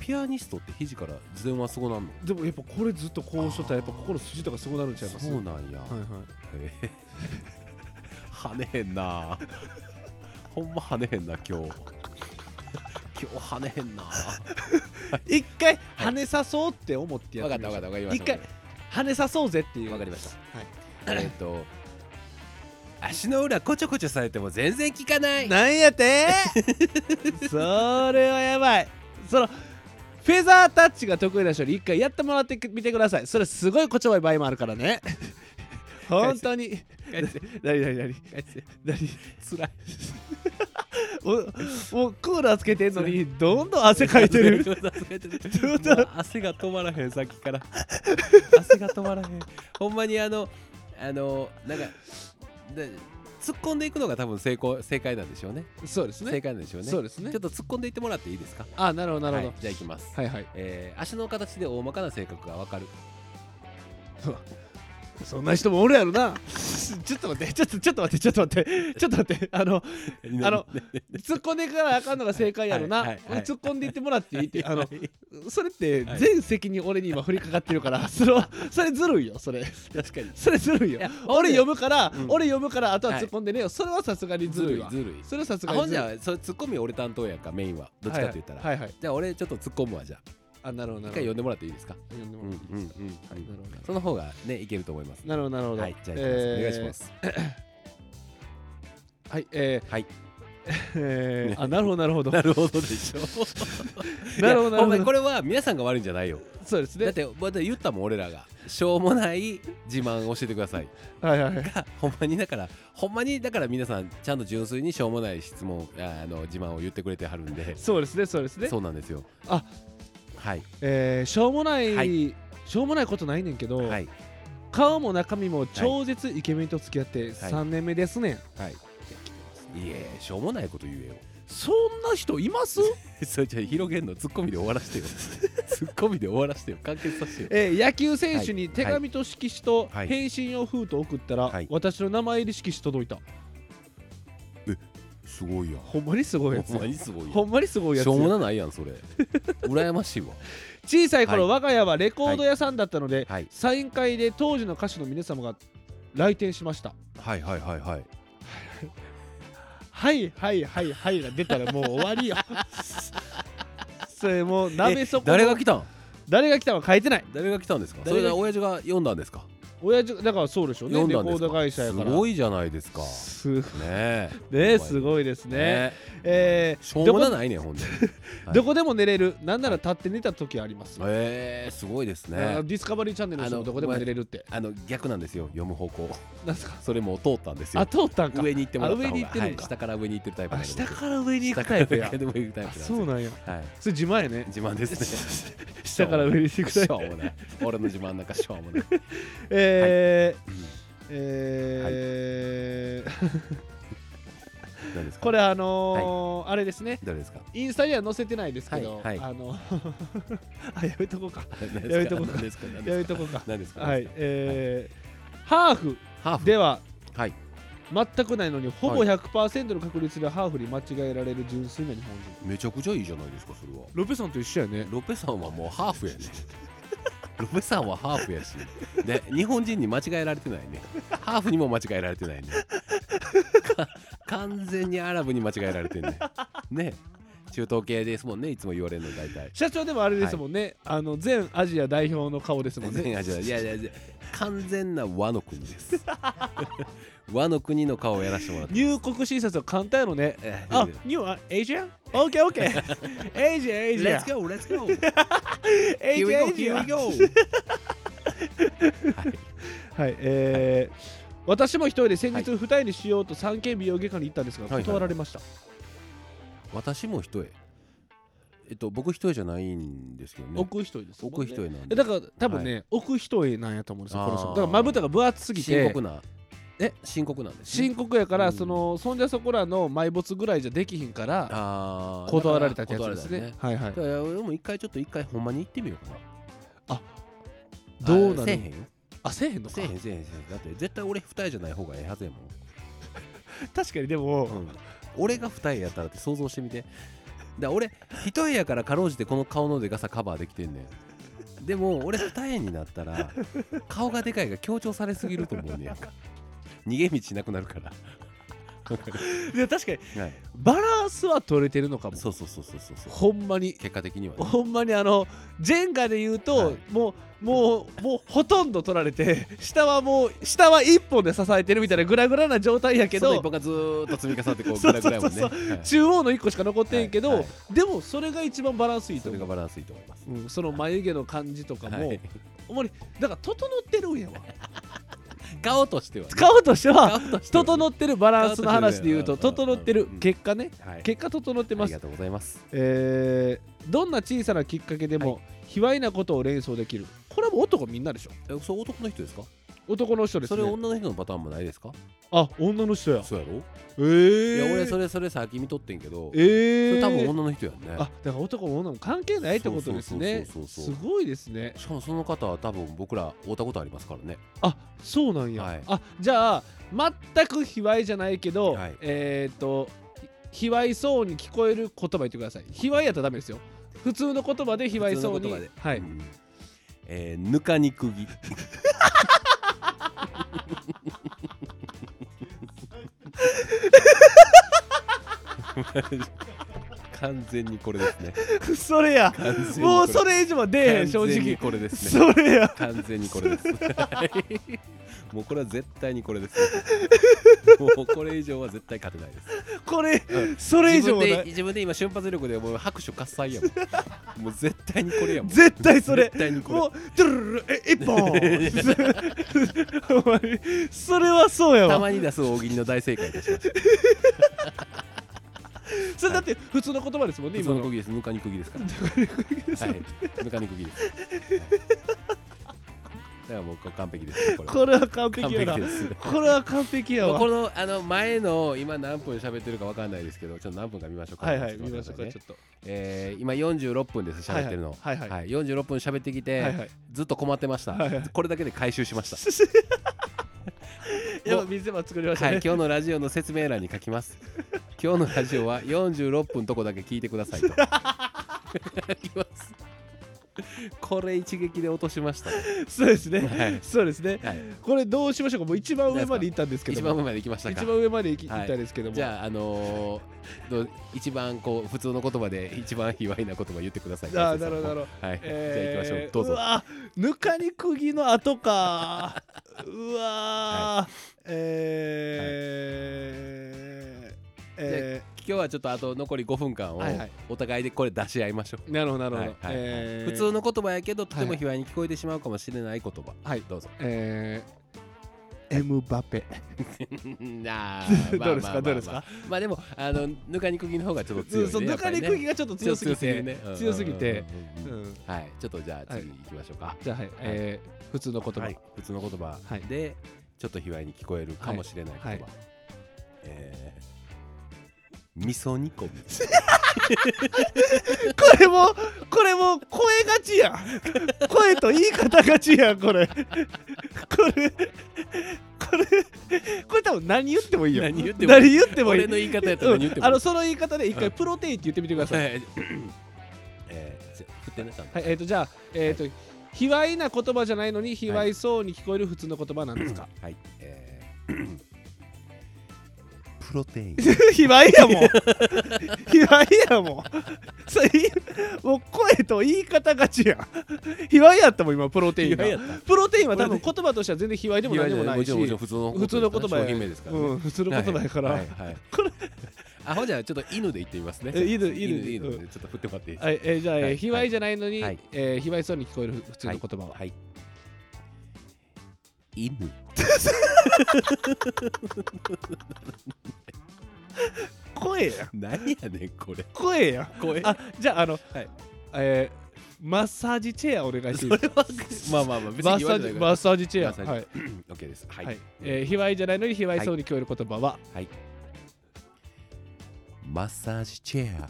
[SPEAKER 2] ピアニストって肘から前腕すごなんの
[SPEAKER 1] でもやっぱこれずっとこうしとったらやっぱここの筋とかすごなるんちゃいます
[SPEAKER 2] そうなんや、
[SPEAKER 1] はいはい
[SPEAKER 2] ええ跳ねへんなほんま跳ねへんな今日今日跳ねへん な
[SPEAKER 1] 一回跳ねさそうって思ってや
[SPEAKER 2] 分
[SPEAKER 1] って
[SPEAKER 2] かっ
[SPEAKER 1] み
[SPEAKER 2] た
[SPEAKER 1] ましょ
[SPEAKER 2] 分
[SPEAKER 1] う
[SPEAKER 2] かった分かりました
[SPEAKER 1] 一回跳ねさそうぜっていう
[SPEAKER 2] わかりました
[SPEAKER 1] はい
[SPEAKER 2] えっと足の裏こちょこちょされても全然効かない
[SPEAKER 1] なんや てそれはやばいそのフェザータッチが得意な人に一回やってもらってみてくださいそれすごいこちょい場合もあるからね 本当に なになになになに
[SPEAKER 2] つらい
[SPEAKER 1] お もうクーラーつけてんのにどんどん汗かいてる
[SPEAKER 2] もう汗が止まらへんさっきから汗が止まらへんほんまにあのあのなんかで突っ込んでいくのが多分成功正解なんでしょうね
[SPEAKER 1] そうです
[SPEAKER 2] 正
[SPEAKER 1] ね
[SPEAKER 2] 解なんでしょうね
[SPEAKER 1] そうですね
[SPEAKER 2] ちょっと突っ込んでいってもらっていいですか
[SPEAKER 1] あなるほどなるほど
[SPEAKER 2] はい、じゃあいきます、
[SPEAKER 1] はいはい
[SPEAKER 2] えー足の形で大まかな性格がわかる
[SPEAKER 1] そんな人もおるやろなちちょっと待ってちょっとちょっと待ってちょっと待ってちょっと待ってあの あの突っ込んでいからあかんのが正解やろな、
[SPEAKER 2] はいはいはい
[SPEAKER 1] 突っ込んでいってもらっていいってあ の それって
[SPEAKER 2] はい
[SPEAKER 1] 全責任俺に今降りかかってるからそれはそれずるいよそれ
[SPEAKER 2] 確かに
[SPEAKER 1] それずるいよ
[SPEAKER 2] いやほん
[SPEAKER 1] 俺
[SPEAKER 2] で
[SPEAKER 1] 読むから、
[SPEAKER 2] うん
[SPEAKER 1] 俺読むからあとは
[SPEAKER 2] はい
[SPEAKER 1] 突っ込んでねえよそれはさすがにず
[SPEAKER 2] ず
[SPEAKER 1] る
[SPEAKER 2] る
[SPEAKER 1] い
[SPEAKER 2] い
[SPEAKER 1] わ
[SPEAKER 2] ずるい
[SPEAKER 1] それはさすが
[SPEAKER 2] あほ
[SPEAKER 1] に
[SPEAKER 2] ん
[SPEAKER 1] ず
[SPEAKER 2] じ
[SPEAKER 1] るい
[SPEAKER 2] ゃあそれツッコミ俺担当やんかメインはどっちかって言ったら、
[SPEAKER 1] はいはい
[SPEAKER 2] じゃあ俺ちょっと突っ込むわじゃあ
[SPEAKER 1] あなるほど
[SPEAKER 2] 一
[SPEAKER 1] な
[SPEAKER 2] 回
[SPEAKER 1] るほ
[SPEAKER 2] 呼んでもらっていいですか
[SPEAKER 1] ど読んでもらっていいですかはいなるほど
[SPEAKER 2] その方がねいけると思います
[SPEAKER 1] なるほどなるほど
[SPEAKER 2] はいじゃあ行き
[SPEAKER 1] え
[SPEAKER 2] ます、
[SPEAKER 1] ー
[SPEAKER 2] お願いします
[SPEAKER 1] はいえー
[SPEAKER 2] はい
[SPEAKER 1] えーあなるほどなるほど
[SPEAKER 2] なるほどでしょ
[SPEAKER 1] なるほどなるほ
[SPEAKER 2] いや
[SPEAKER 1] ど
[SPEAKER 2] お前これは皆さんが悪いんじゃないよ
[SPEAKER 1] そうですね
[SPEAKER 2] だってだって言ったもん俺らがしょうもない自慢教えてください
[SPEAKER 1] はいはいはい
[SPEAKER 2] が ほんまにだからほんまにだから皆さんちゃんと純粋にしょうもない質問ああの自慢を言ってくれてはるんで
[SPEAKER 1] そうですねそうですね
[SPEAKER 2] そうなんですよ
[SPEAKER 1] あ
[SPEAKER 2] はい
[SPEAKER 1] えーしょうもない、
[SPEAKER 2] は
[SPEAKER 1] しょうもないことないねんけど、
[SPEAKER 2] はい
[SPEAKER 1] 顔も中身も超絶イケメンと付き合って
[SPEAKER 2] はい
[SPEAKER 1] 3年目ですねん、
[SPEAKER 2] はいいえしょうもないこと言えよ
[SPEAKER 1] そんな人います
[SPEAKER 2] それじゃあ広げんのツッコミで終わらしてよツッコミで終わらしてよ完結させてよ
[SPEAKER 1] えー野球選手に手紙と色紙と
[SPEAKER 2] はい
[SPEAKER 1] 返信用封筒送ったら、
[SPEAKER 2] はい
[SPEAKER 1] 私の名前入り色紙届いた
[SPEAKER 2] すごいやん
[SPEAKER 1] ほんまにすごいやつ
[SPEAKER 2] ほんまにすごいや
[SPEAKER 1] ほんまにすごい
[SPEAKER 2] ん
[SPEAKER 1] や
[SPEAKER 2] し
[SPEAKER 1] つ
[SPEAKER 2] ょうもないやん それ羨ましいわ
[SPEAKER 1] 小さい頃、
[SPEAKER 2] は
[SPEAKER 1] 我
[SPEAKER 2] い
[SPEAKER 1] が家はレコード屋さんだったので、
[SPEAKER 2] はい
[SPEAKER 1] サイン会で当時の歌手の皆様が来店しました
[SPEAKER 2] はいはいはいはい
[SPEAKER 1] はいはいはいはいが出たらもう終わりよ それもう鍋底の
[SPEAKER 2] 誰が来たん
[SPEAKER 1] 誰が来たのは書いてない
[SPEAKER 2] 誰が来たんですかそ
[SPEAKER 1] 誰
[SPEAKER 2] れ
[SPEAKER 1] が
[SPEAKER 2] が親父が読んだんですか
[SPEAKER 1] 親父だからそうでしょうね
[SPEAKER 2] 読ん
[SPEAKER 1] レ
[SPEAKER 2] だ
[SPEAKER 1] コー
[SPEAKER 2] んですか
[SPEAKER 1] ド会社や
[SPEAKER 2] す
[SPEAKER 1] から
[SPEAKER 2] ごいじゃないですか
[SPEAKER 1] すね
[SPEAKER 2] ね
[SPEAKER 1] え
[SPEAKER 2] え
[SPEAKER 1] すごいですね
[SPEAKER 2] ね
[SPEAKER 1] え
[SPEAKER 2] しょ
[SPEAKER 1] ー
[SPEAKER 2] う
[SPEAKER 1] ど
[SPEAKER 2] も
[SPEAKER 1] こ
[SPEAKER 2] ないね ほんではい
[SPEAKER 1] どこでも寝れるなんなら立って寝た時あります、
[SPEAKER 2] えー、すごいですね
[SPEAKER 1] あディスカバリーチャンネルの人
[SPEAKER 2] あ
[SPEAKER 1] も
[SPEAKER 2] の
[SPEAKER 1] どこでも寝れるって
[SPEAKER 2] あの逆なんですよ読む方向
[SPEAKER 1] なんすか
[SPEAKER 2] それもう通ったんです
[SPEAKER 1] あ
[SPEAKER 2] よ
[SPEAKER 1] 通ったんか
[SPEAKER 2] 上に行ってもらった方が
[SPEAKER 1] あ上に行ってるんか
[SPEAKER 2] はい下から上に行ってるタイプ
[SPEAKER 1] あ
[SPEAKER 2] なんです
[SPEAKER 1] 下から上に行くタイ
[SPEAKER 2] 上
[SPEAKER 1] プや
[SPEAKER 2] から上に行くタイプなん
[SPEAKER 1] あ
[SPEAKER 2] です
[SPEAKER 1] そうなんや
[SPEAKER 2] はい
[SPEAKER 1] それ自慢やね
[SPEAKER 2] 自慢ですね
[SPEAKER 1] 下から上に行くタイ
[SPEAKER 2] し
[SPEAKER 1] プ
[SPEAKER 2] ょうもない俺の自慢なんかしょうもない
[SPEAKER 1] えーえー
[SPEAKER 2] 何ですか
[SPEAKER 1] これあのーあれですね
[SPEAKER 2] 誰ですか
[SPEAKER 1] インスタには載せてないですけど、
[SPEAKER 2] はいは
[SPEAKER 1] あの あやめとこうか
[SPEAKER 2] 何
[SPEAKER 1] やめ
[SPEAKER 2] です
[SPEAKER 1] と
[SPEAKER 2] か
[SPEAKER 1] こう
[SPEAKER 2] 何ですか何
[SPEAKER 1] や
[SPEAKER 2] で
[SPEAKER 1] め
[SPEAKER 2] すか
[SPEAKER 1] とこうか
[SPEAKER 2] 何ですか
[SPEAKER 1] はいえーハーフ
[SPEAKER 2] ハーフ
[SPEAKER 1] では
[SPEAKER 2] はい
[SPEAKER 1] 全くないのにほぼ
[SPEAKER 2] は
[SPEAKER 1] 100%の確率でハーフに間違えられる純粋な日本人
[SPEAKER 2] めちゃくちゃいいじゃないですかそれは
[SPEAKER 1] ロペさんと一緒やね
[SPEAKER 2] ロペさんはもうハー フやねロペさんはハーフやしで日本人に間違えられてないねハーフにも間違えられてないねか完全にアラブに間違えられてんねね中東系ですもんねいつも言われるの大体
[SPEAKER 1] 社長でもあれですもんね、あの全アジア代表の顔ですもんね
[SPEAKER 2] 全アジアいやいやいや完全な和の国です 和の国の顔をやらせてもらって
[SPEAKER 1] 入国審査は簡単やのね
[SPEAKER 2] え
[SPEAKER 1] あ、ニューア、エイジアンオッケーオッケ ー。エイジアン、エイジアン
[SPEAKER 2] Let's。go, let's go!
[SPEAKER 1] エイジ
[SPEAKER 2] Here we
[SPEAKER 1] アン、エ
[SPEAKER 2] go,
[SPEAKER 1] イジ
[SPEAKER 2] here
[SPEAKER 1] アン。
[SPEAKER 2] we go! はい
[SPEAKER 1] はい、えー私も一人で先日二重にしようと産経美容外科に行ったんですが
[SPEAKER 2] はいはい
[SPEAKER 1] 断られました、
[SPEAKER 2] 私も一重えっと僕一重じゃないんですけどね
[SPEAKER 1] 奥一重です
[SPEAKER 2] 奥一重なん
[SPEAKER 1] え
[SPEAKER 2] で
[SPEAKER 1] だから多分ね、奥一重なんやと思うんですよこの人
[SPEAKER 2] あ
[SPEAKER 1] だ
[SPEAKER 2] ー
[SPEAKER 1] からまぶたが分厚すぎて
[SPEAKER 2] 深刻な
[SPEAKER 1] え
[SPEAKER 2] 深刻なんです、ね、
[SPEAKER 1] 深刻やから、
[SPEAKER 2] うん
[SPEAKER 1] そのそんじゃそこらの埋没ぐらいじゃできひんから
[SPEAKER 2] あー
[SPEAKER 1] 断られたってやつ
[SPEAKER 2] 断
[SPEAKER 1] で
[SPEAKER 2] ら
[SPEAKER 1] す
[SPEAKER 2] れた
[SPEAKER 1] ねはいはい
[SPEAKER 2] だから俺も一回ちょっと一回ほんまに行ってみようかな
[SPEAKER 1] どうな
[SPEAKER 2] あせえへ
[SPEAKER 1] る
[SPEAKER 2] んよ
[SPEAKER 1] あせえへんの
[SPEAKER 2] せ
[SPEAKER 1] か
[SPEAKER 2] えへんせえへんせえへんだって絶対俺二重じゃない方がええはずやも
[SPEAKER 1] 確かにでも、
[SPEAKER 2] ん、うん、俺が二重やったらって想像してみてだから俺一重やからかろうじてこの顔のでかさカバーできてんねんでも俺二重になったら顔がでかいが強調されすぎると思うねやんか逃げ道なくなるから
[SPEAKER 1] いや確かに
[SPEAKER 2] はい、
[SPEAKER 1] バランスは取れてるのかも
[SPEAKER 2] そうそうそうそうそうそう
[SPEAKER 1] ほんまに
[SPEAKER 2] 結果的には ね、
[SPEAKER 1] ほんまにあのジェンガで言うと、
[SPEAKER 2] はい
[SPEAKER 1] もうもうもうほとんど取られて 下はもう下は一本で支えてるみたいなグラグラな状態やけ
[SPEAKER 2] その一
[SPEAKER 1] ど
[SPEAKER 2] 本がずーっと積み重なってこう
[SPEAKER 1] そう
[SPEAKER 2] ぐらぐらやもんね
[SPEAKER 1] そう
[SPEAKER 2] はい
[SPEAKER 1] 中央の一個しか残ってんけど、
[SPEAKER 2] はいはい
[SPEAKER 1] でもそれが一番バランスいいと
[SPEAKER 2] そ
[SPEAKER 1] 思
[SPEAKER 2] れ
[SPEAKER 1] う
[SPEAKER 2] がバランスいいと思います
[SPEAKER 1] うん、その眉毛の感じとかも、
[SPEAKER 2] はい
[SPEAKER 1] ほんまにだから整ってるんやわ
[SPEAKER 2] 顔としてはね、
[SPEAKER 1] 顔としては
[SPEAKER 2] 顔としてはね
[SPEAKER 1] 整ってるバランスの話で言うと
[SPEAKER 2] 顔として
[SPEAKER 1] 整
[SPEAKER 2] はね
[SPEAKER 1] ってる
[SPEAKER 2] うん
[SPEAKER 1] 結果ね
[SPEAKER 2] はい、
[SPEAKER 1] 結果整って
[SPEAKER 2] あ
[SPEAKER 1] ま
[SPEAKER 2] り
[SPEAKER 1] す
[SPEAKER 2] がとうございます
[SPEAKER 1] えーどんな小さなきっかけでも、卑猥なことを連想できるこれはもう男みんなでしょ
[SPEAKER 2] えそう男の人ですか
[SPEAKER 1] 男の人です
[SPEAKER 2] それ
[SPEAKER 1] ね
[SPEAKER 2] 女の人のパターンもないですか
[SPEAKER 1] あ女の人や
[SPEAKER 2] そうやろ、
[SPEAKER 1] えー、
[SPEAKER 2] いや俺そ
[SPEAKER 1] れ
[SPEAKER 2] れそれさっき見とってんけど、
[SPEAKER 1] えー、
[SPEAKER 2] それ多分女の人やんね
[SPEAKER 1] あだから男も女も関係ないってことですね
[SPEAKER 2] そうそうそ
[SPEAKER 1] す
[SPEAKER 2] うそうそう
[SPEAKER 1] ごいですね
[SPEAKER 2] しかもその方は多分僕ら会ったことありますからね
[SPEAKER 1] あそうなんや、
[SPEAKER 2] はい
[SPEAKER 1] あじゃあ全く卑猥じゃないけど、
[SPEAKER 2] はい
[SPEAKER 1] えっ、とひ卑猥そうに聞こえる言葉言ってください卑猥やったらダメですよ普通の言葉で卑猥そう
[SPEAKER 2] 普通
[SPEAKER 1] に
[SPEAKER 2] の言葉で
[SPEAKER 1] はい、
[SPEAKER 2] うんえーぬかにくぎ 完全にこれですね
[SPEAKER 1] それや
[SPEAKER 2] 完全にこれ
[SPEAKER 1] もうそれ以上は出えへん正
[SPEAKER 2] 完全に
[SPEAKER 1] 直
[SPEAKER 2] これです
[SPEAKER 1] そ
[SPEAKER 2] ね
[SPEAKER 1] れや
[SPEAKER 2] 完全にこれです はいもうこれは絶対にこれですねもうこれ以上は絶対勝てないです
[SPEAKER 1] これ
[SPEAKER 2] うん
[SPEAKER 1] それ以上は
[SPEAKER 2] 自
[SPEAKER 1] な
[SPEAKER 2] 分で
[SPEAKER 1] い
[SPEAKER 2] 自分で今瞬発力でもう拍手喝采やも んもう絶対にこれやもん
[SPEAKER 1] 絶対それ
[SPEAKER 2] 絶対にこれ
[SPEAKER 1] もうトゥルルルえ一本 お前それはそうや
[SPEAKER 2] た
[SPEAKER 1] わ
[SPEAKER 2] まに出す大喜利の大正解でしょ
[SPEAKER 1] それだって普通の言葉ですもんね今
[SPEAKER 2] 今の
[SPEAKER 1] の
[SPEAKER 2] 釘ですぬかに釘ですからはいぬかに釘です、はい、だからもうこれ完璧ですこれは
[SPEAKER 1] これは完璧
[SPEAKER 2] 完
[SPEAKER 1] や
[SPEAKER 2] 璧
[SPEAKER 1] な
[SPEAKER 2] です
[SPEAKER 1] これは完璧や
[SPEAKER 2] まあこ
[SPEAKER 1] わ
[SPEAKER 2] のあの前の今何分喋ってるかわかんないですけどちょっと何分か見ましょうか
[SPEAKER 1] はいはい
[SPEAKER 2] ちょっ
[SPEAKER 1] 見
[SPEAKER 2] と
[SPEAKER 1] まし
[SPEAKER 2] 待
[SPEAKER 1] ょ
[SPEAKER 2] っ
[SPEAKER 1] うかちょ
[SPEAKER 2] てくださ
[SPEAKER 1] っと
[SPEAKER 2] いねえー今46分です喋ってるの
[SPEAKER 1] はいはいはい
[SPEAKER 2] はい46分喋ってきて、
[SPEAKER 1] はいはい
[SPEAKER 2] ずっと困ってました、
[SPEAKER 1] はいはい
[SPEAKER 2] これだけで回収しました
[SPEAKER 1] やっぱ水場作りました
[SPEAKER 2] はい、
[SPEAKER 1] ね
[SPEAKER 2] 今日のラジオの説明欄に書きます。今日のラジオは46分とこだけ聞いてくださいと。書 きます。これ一撃で落としましたね。
[SPEAKER 1] そうです
[SPEAKER 2] は
[SPEAKER 1] ね
[SPEAKER 2] い
[SPEAKER 1] そうですね
[SPEAKER 2] はい、
[SPEAKER 1] これどうしましょうかもう一番上まで行ったんですけど
[SPEAKER 2] 一番
[SPEAKER 1] も
[SPEAKER 2] 上まで行きましたか
[SPEAKER 1] 一。番上まで行き
[SPEAKER 2] はい
[SPEAKER 1] 行ったんですけども
[SPEAKER 2] じゃあ、あのーどう一番こう普通の言葉で一番卑猥な言葉言ってください。
[SPEAKER 1] あーなるほどなるほ
[SPEAKER 2] ど。はい、
[SPEAKER 1] えー
[SPEAKER 2] じゃあ行きましょう。どうぞ。
[SPEAKER 1] うわぬかに釘の後 かうわえーえ
[SPEAKER 2] 今日はちょっとあと残り5分間を
[SPEAKER 1] はいはい
[SPEAKER 2] お互いでこれ出し合いましょう。
[SPEAKER 1] ーなるほどなるほど
[SPEAKER 2] はいはいはい
[SPEAKER 1] えー
[SPEAKER 2] 普通の言葉やけどとても卑猥に聞こえてしまうかもしれない言葉。はい、どうぞ。
[SPEAKER 1] えーエムバペ
[SPEAKER 2] なあ
[SPEAKER 1] どうですかどうですか
[SPEAKER 2] まあでもあのぬかに釘の方がちょっと強いね
[SPEAKER 1] そう
[SPEAKER 2] や
[SPEAKER 1] ぬ
[SPEAKER 2] っぱ
[SPEAKER 1] か
[SPEAKER 2] り
[SPEAKER 1] に
[SPEAKER 2] ね
[SPEAKER 1] 釘がちょっと強すぎて
[SPEAKER 2] ねうん
[SPEAKER 1] 強すぎて
[SPEAKER 2] うんうんうん
[SPEAKER 1] うん
[SPEAKER 2] はいちょっとじゃあ次行きましょうか
[SPEAKER 1] じゃあはいえー普通の言葉
[SPEAKER 2] はい普通の言葉
[SPEAKER 1] はい
[SPEAKER 2] でちょっと卑猥に聞こえるかもしれない
[SPEAKER 1] は
[SPEAKER 2] 言
[SPEAKER 1] い
[SPEAKER 2] 葉
[SPEAKER 1] はい
[SPEAKER 2] えー味噌煮込
[SPEAKER 1] こ
[SPEAKER 2] み
[SPEAKER 1] れもこれも声がちやん声と言い方がちやんこれこれこれこれ多分何言ってもいいよ
[SPEAKER 2] 何言ってもいい
[SPEAKER 1] 何言ってもいい
[SPEAKER 2] 俺の言い方やったら何言っても
[SPEAKER 1] うんあ
[SPEAKER 2] いい
[SPEAKER 1] のその言い方で一回プロテインって言ってみてください、
[SPEAKER 2] はいえー じゃあ振ってねちゃんと
[SPEAKER 1] はいえっ、とじゃあえっ、と卑猥な言葉じゃないのに卑猥そうに聞こえる普通の言葉なんですか、
[SPEAKER 2] はいえープロテイン
[SPEAKER 1] 卑猥やもん卑猥やもんそれもう声と言い方がちやん卑猥やったもん今プロテインが
[SPEAKER 2] 卑猥やった
[SPEAKER 1] プロテインは多分言葉としては全然卑猥でも何でもないし
[SPEAKER 2] ややもちろんもちろん
[SPEAKER 1] 普
[SPEAKER 2] 普
[SPEAKER 1] 通
[SPEAKER 2] 通
[SPEAKER 1] の
[SPEAKER 2] の
[SPEAKER 1] 言
[SPEAKER 2] 言
[SPEAKER 1] 葉
[SPEAKER 2] 葉
[SPEAKER 1] や
[SPEAKER 2] 商品名ですからね、
[SPEAKER 1] うん、普通の言葉やから、
[SPEAKER 2] はいはいはい、
[SPEAKER 1] これ
[SPEAKER 2] アホじゃあちょっと犬で言ってみますね
[SPEAKER 1] え犬犬で
[SPEAKER 2] 犬でいいの
[SPEAKER 1] う
[SPEAKER 2] でちょっと振ってもらっていいですか
[SPEAKER 1] はい、えーじゃあ、えー
[SPEAKER 2] はい
[SPEAKER 1] 卑猥じゃないのに、
[SPEAKER 2] はい
[SPEAKER 1] えー卑猥そうに聞こえる普通の言葉は、
[SPEAKER 2] はい犬
[SPEAKER 1] 声やん
[SPEAKER 2] 何やねんこれ
[SPEAKER 1] 声やん
[SPEAKER 2] 声
[SPEAKER 1] あじゃああの、
[SPEAKER 2] はい
[SPEAKER 1] えーマッサージチェアお願いし
[SPEAKER 2] そ
[SPEAKER 1] ま
[SPEAKER 2] れ
[SPEAKER 1] す
[SPEAKER 2] はまあまあまあ別
[SPEAKER 1] マ
[SPEAKER 2] に
[SPEAKER 1] ッ
[SPEAKER 2] 言
[SPEAKER 1] サ
[SPEAKER 2] わ
[SPEAKER 1] ー
[SPEAKER 2] れて
[SPEAKER 1] ジ
[SPEAKER 2] ないか
[SPEAKER 1] マ
[SPEAKER 2] ら
[SPEAKER 1] ッサージチェ
[SPEAKER 2] マッサ
[SPEAKER 1] ア
[SPEAKER 2] ージ
[SPEAKER 1] はい、
[SPEAKER 2] OK ですはい、
[SPEAKER 1] はいえー卑猥じゃないのに卑猥そうに聞こえる言葉は、
[SPEAKER 2] マッサージチェア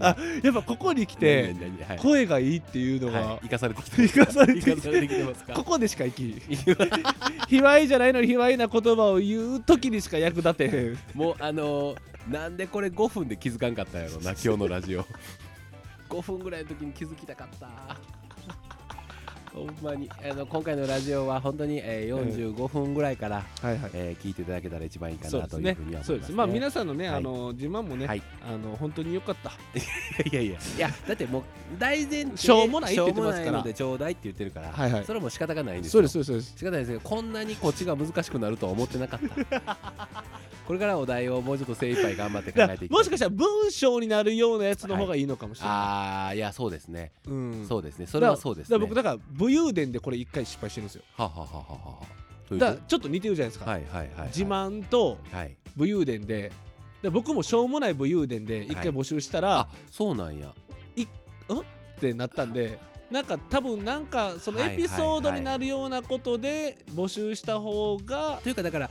[SPEAKER 1] あやっぱここに来て
[SPEAKER 2] 何々何々はい
[SPEAKER 1] 声がいいっていうのが、
[SPEAKER 2] はい生かされてきて
[SPEAKER 1] 生かされてきて
[SPEAKER 2] 生かされてきてます
[SPEAKER 1] こ
[SPEAKER 2] か
[SPEAKER 1] こでしか生き 卑猥じゃないのに卑猥な言葉を言う時にしか役立てへん
[SPEAKER 2] もうあのー、なんでこれ5分で気づかんかったんやろな今日のラジ オ5分ぐらいの時に気づきたかった ほんまにあの今回のラジオは本当に、えー、45分ぐらいから、
[SPEAKER 1] はいはい
[SPEAKER 2] えー聞いていただけたら一番いいか
[SPEAKER 1] そう
[SPEAKER 2] な
[SPEAKER 1] です
[SPEAKER 2] という
[SPEAKER 1] ね
[SPEAKER 2] ふうには
[SPEAKER 1] そ
[SPEAKER 2] 思
[SPEAKER 1] うで
[SPEAKER 2] いますすね
[SPEAKER 1] まあ皆さんのね、
[SPEAKER 2] はい
[SPEAKER 1] あの自慢もね、
[SPEAKER 2] はい
[SPEAKER 1] あの本当に良かった
[SPEAKER 2] いやいやいやだってもう大前提で
[SPEAKER 1] しょうもないって言ってますから
[SPEAKER 2] しょうもないのでちょうだいって言ってるから、
[SPEAKER 1] はいはい
[SPEAKER 2] それはもう仕方がないんです
[SPEAKER 1] そう
[SPEAKER 2] よ
[SPEAKER 1] ですそうですそうです
[SPEAKER 2] 仕方ないですけどこんなにこっちが難しくなるとは思ってなかった これからお題をもうちょっと精一杯頑張って考
[SPEAKER 1] だ
[SPEAKER 2] え
[SPEAKER 1] から
[SPEAKER 2] ていきたい
[SPEAKER 1] もしかしたら文章になるようなやつの方がいいのかもしれない、
[SPEAKER 2] ああいやそうですね、
[SPEAKER 1] うん
[SPEAKER 2] そうですねそれはそうですね
[SPEAKER 1] だから僕だから武勇伝でこれ一回失敗してるんですよ
[SPEAKER 2] ははははははという
[SPEAKER 1] だ
[SPEAKER 2] と
[SPEAKER 1] からちょっと似てるじゃないですか、
[SPEAKER 2] はいはいはいはい
[SPEAKER 1] 自慢と
[SPEAKER 2] はい
[SPEAKER 1] 武勇伝でだから僕もしょうもない武勇伝で一回募集したら、
[SPEAKER 2] そうなんや
[SPEAKER 1] ってなったんでなんか多分なんかその
[SPEAKER 2] はいは
[SPEAKER 1] エ
[SPEAKER 2] い
[SPEAKER 1] ピソードになるようなことで募集した方が
[SPEAKER 2] というかだから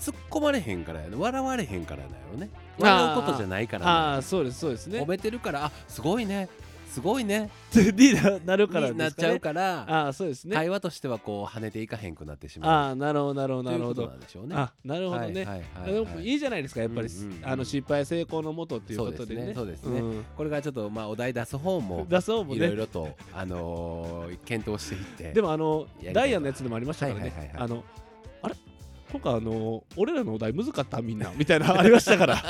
[SPEAKER 2] 突っ込まれへんからやね笑われへんからだよね
[SPEAKER 1] あー
[SPEAKER 2] 笑うことじゃないから
[SPEAKER 1] ああそうですそうです
[SPEAKER 2] ね
[SPEAKER 1] ね
[SPEAKER 2] 褒めてるからあすごいねすごいね
[SPEAKER 1] にななるから
[SPEAKER 2] にな
[SPEAKER 1] で
[SPEAKER 2] っ
[SPEAKER 1] す
[SPEAKER 2] ち
[SPEAKER 1] か
[SPEAKER 2] ゃ
[SPEAKER 1] ね
[SPEAKER 2] うから、
[SPEAKER 1] ああそうですね、
[SPEAKER 2] 会話としてはこう跳ねていかへんくなってし
[SPEAKER 1] あ
[SPEAKER 2] まう
[SPEAKER 1] あなるほどなるほどなるほ
[SPEAKER 2] という
[SPEAKER 1] ど、
[SPEAKER 2] ことなんでしょうね
[SPEAKER 1] あなるほどね、
[SPEAKER 2] はいはい
[SPEAKER 1] で
[SPEAKER 2] はい
[SPEAKER 1] も
[SPEAKER 2] はい
[SPEAKER 1] いいじゃないですかやっぱり、
[SPEAKER 2] うんうんうん
[SPEAKER 1] あの失敗成功のもとっていうことでね
[SPEAKER 2] そうですねそう
[SPEAKER 1] うん
[SPEAKER 2] これからちょっとまあお題出す方も
[SPEAKER 1] 出そうも
[SPEAKER 2] いろい
[SPEAKER 1] ね
[SPEAKER 2] ろと、あのー検討していって
[SPEAKER 1] で
[SPEAKER 2] も
[SPEAKER 1] もあの
[SPEAKER 2] やりたいな
[SPEAKER 1] ダイヤのやつでもありましたから
[SPEAKER 2] はいはいはい
[SPEAKER 1] ね
[SPEAKER 2] はい
[SPEAKER 1] あのあれ今回あの俺らのお題難かったみんなみたいなありましたから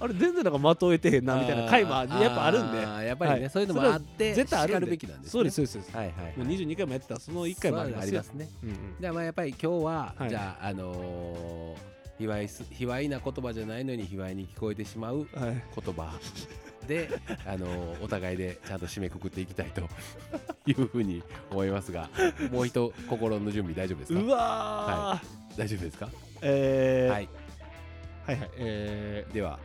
[SPEAKER 1] あれ全然なんかまとえてへんなみたいな回もやっぱあるんで
[SPEAKER 2] やっぱりね、
[SPEAKER 1] はい
[SPEAKER 2] そういうのもあって
[SPEAKER 1] 絶対あるん
[SPEAKER 2] 叱
[SPEAKER 1] で
[SPEAKER 2] るべきなんです、ね、
[SPEAKER 1] そうですそうですそうです
[SPEAKER 2] はいはい、はい、
[SPEAKER 1] もう22回もやってたらその1回もあります
[SPEAKER 2] そう
[SPEAKER 1] よ
[SPEAKER 2] ありますね
[SPEAKER 1] うんうん
[SPEAKER 2] じゃあまあやっぱり今日は、
[SPEAKER 1] はい
[SPEAKER 2] じゃああのー卑猥す卑猥な言葉じゃないのに卑猥に聞こえてしまう
[SPEAKER 1] はい
[SPEAKER 2] 言葉 であのーお互いでちゃんと締めくくっていきたいというふうに思いますがもう一心の準備大丈夫です
[SPEAKER 1] う
[SPEAKER 2] か
[SPEAKER 1] わー
[SPEAKER 2] 大丈夫ですか、
[SPEAKER 1] えー
[SPEAKER 2] はい
[SPEAKER 1] はいはいえ
[SPEAKER 2] では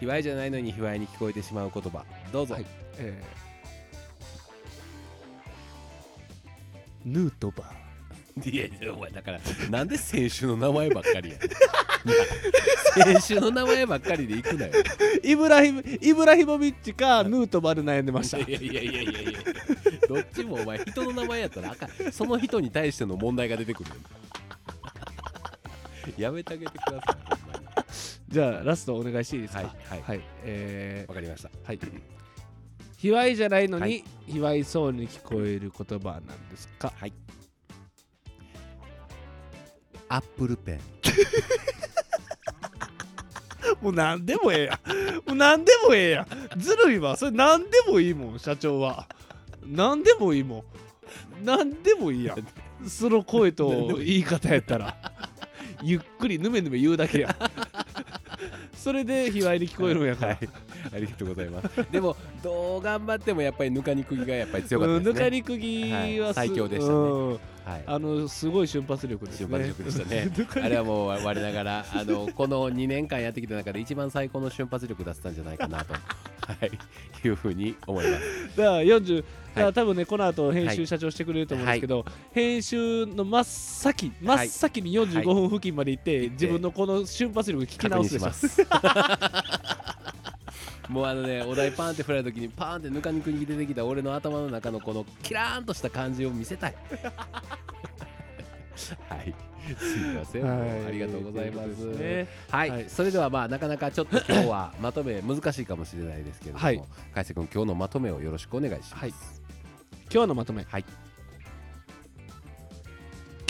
[SPEAKER 2] 卑猥じゃないのに卑猥に聞こえてしまう言葉どうぞ、
[SPEAKER 1] はいーえーヌートバー
[SPEAKER 2] いやいやお前だからなんで選手の名前ばっかりやねんなあ選手の名前ばっかりで行くなよ
[SPEAKER 1] イブラヒムイブラヒモビッチかヌートバル悩んでました
[SPEAKER 2] いやいやいやいやいやいやどっちもお前人の名前やったらあかんその人に対しての問題が出てくるやめてあげてくださいほんまに
[SPEAKER 1] じゃあラストお願いしていいですか
[SPEAKER 2] はいはい
[SPEAKER 1] はいえ
[SPEAKER 2] わかりました
[SPEAKER 1] ーはい卑猥じゃないのに、
[SPEAKER 2] はい
[SPEAKER 1] 卑猥そうに聞こえる言葉なんですか
[SPEAKER 2] はいアップルペン
[SPEAKER 1] もう何でもええやもう何でもええやずるいわそれ何でもいいもん社長は何でもいいもん何でもいいやその声と言い方やったらゆっくりぬめぬめ言うだけやそれで卑猥に聞こえるんやから、
[SPEAKER 2] はいありがとうございますでもどう頑張ってもやっぱりぬかにくぎがやっぱり強かっ
[SPEAKER 1] う
[SPEAKER 2] た
[SPEAKER 1] ん
[SPEAKER 2] です
[SPEAKER 1] ぬ
[SPEAKER 2] ね
[SPEAKER 1] かにくぎはす、
[SPEAKER 2] はい最強でしたね
[SPEAKER 1] うん
[SPEAKER 2] はい
[SPEAKER 1] あのすごい瞬発力ですね。
[SPEAKER 2] 瞬発力でしたね
[SPEAKER 1] ぬか
[SPEAKER 2] あ
[SPEAKER 1] に
[SPEAKER 2] れはもう我ながらあのこの2年間やってきた中で一番最高の瞬発力だったんじゃないかなと、はい、いうふうに思います
[SPEAKER 1] だから40、だか
[SPEAKER 2] は
[SPEAKER 1] ら
[SPEAKER 2] い
[SPEAKER 1] 多分ねこの後編
[SPEAKER 2] は
[SPEAKER 1] 集
[SPEAKER 2] い
[SPEAKER 1] 社長してくれると思うんですけど、編集の真っ先真
[SPEAKER 2] は
[SPEAKER 1] っ
[SPEAKER 2] い
[SPEAKER 1] 先に45分付近まで行って、
[SPEAKER 2] 行って
[SPEAKER 1] 自分のこの瞬発力聞き
[SPEAKER 2] 確
[SPEAKER 1] 直
[SPEAKER 2] 認
[SPEAKER 1] すで
[SPEAKER 2] し
[SPEAKER 1] しょ
[SPEAKER 2] ま。す もうあのねお題パーンって振られた時にパーンってぬかにくに出てきた俺の頭の中のこのキラーンとした感じを見せたい はいすいません、もうありがとうございます
[SPEAKER 1] とうことですね
[SPEAKER 2] はい、
[SPEAKER 1] はい
[SPEAKER 2] それではまあなかなかちょっと今日はまとめ難しいかもしれないですけれども、
[SPEAKER 1] は
[SPEAKER 2] はいい、海瀬君今日のまとめをよろしくお願いします。
[SPEAKER 1] はい今日のまとめ、
[SPEAKER 2] はい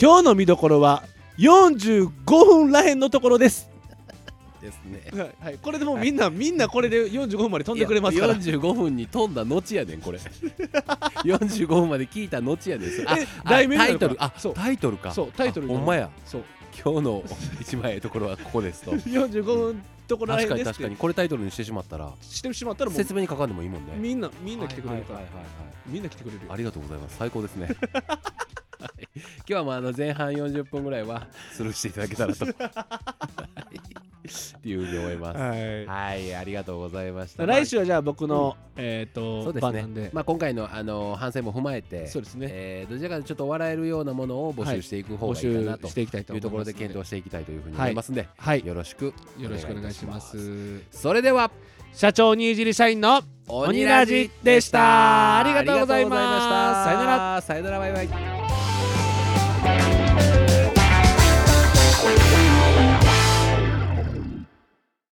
[SPEAKER 1] 今日の見どころは45分らへんのところです。
[SPEAKER 2] ですね。
[SPEAKER 1] はいはい、これでもうみんな、みんなこれで45分まで飛んでくれますから。
[SPEAKER 2] 45分に飛んだ後やねん これ45分まで聞いた後やねんそれあ
[SPEAKER 1] え
[SPEAKER 2] あ
[SPEAKER 1] 題名にな
[SPEAKER 2] タ
[SPEAKER 1] るから
[SPEAKER 2] イトルあ
[SPEAKER 1] そう
[SPEAKER 2] タイトルか
[SPEAKER 1] そうタイトルに
[SPEAKER 2] あ
[SPEAKER 1] なる
[SPEAKER 2] ほんまや
[SPEAKER 1] そう
[SPEAKER 2] 今日の一番ええところはこ こですと
[SPEAKER 1] 45分ところらへ
[SPEAKER 2] 確
[SPEAKER 1] んで
[SPEAKER 2] かに
[SPEAKER 1] すっ
[SPEAKER 2] 確か
[SPEAKER 1] て
[SPEAKER 2] にこれタイトルにしてしまったら
[SPEAKER 1] してしまったらもう
[SPEAKER 2] 説明にかかんでもいいもんね
[SPEAKER 1] みんなみんな来てくれるから、
[SPEAKER 2] はいはいはいはい
[SPEAKER 1] みんな来てくれるよ
[SPEAKER 2] ありがとうございます。最 高ですね。はい今日はまああの前半40分ぐらいはスルーしていただけた らとはいっていうふうに思います。
[SPEAKER 1] は
[SPEAKER 2] はい、ありがとうございまし
[SPEAKER 1] い
[SPEAKER 2] た。
[SPEAKER 1] 来週はじゃあ僕の、えっ、
[SPEAKER 2] まあ
[SPEAKER 1] と
[SPEAKER 2] そうで
[SPEAKER 1] 番
[SPEAKER 2] す
[SPEAKER 1] なん
[SPEAKER 2] ね
[SPEAKER 1] で。、
[SPEAKER 2] まあ今回のあの反省も踏まえて、
[SPEAKER 1] そうですね
[SPEAKER 2] えーどちらかというとちょっと笑えるようなものを募集していく
[SPEAKER 1] 募
[SPEAKER 2] 方がいいか
[SPEAKER 1] 集
[SPEAKER 2] なと
[SPEAKER 1] していきたいと
[SPEAKER 2] い
[SPEAKER 1] 思います
[SPEAKER 2] うところで検討していきたいというふうに思いますんで、
[SPEAKER 1] はいよ
[SPEAKER 2] よろしく
[SPEAKER 1] ろしくお願いしま
[SPEAKER 2] お願いいたし
[SPEAKER 1] す
[SPEAKER 2] ます。それでは
[SPEAKER 1] 社長にいじり社員の鬼ラジでしたありがとうございました
[SPEAKER 2] ありがとうございましたさよなら。さよならバイバイ。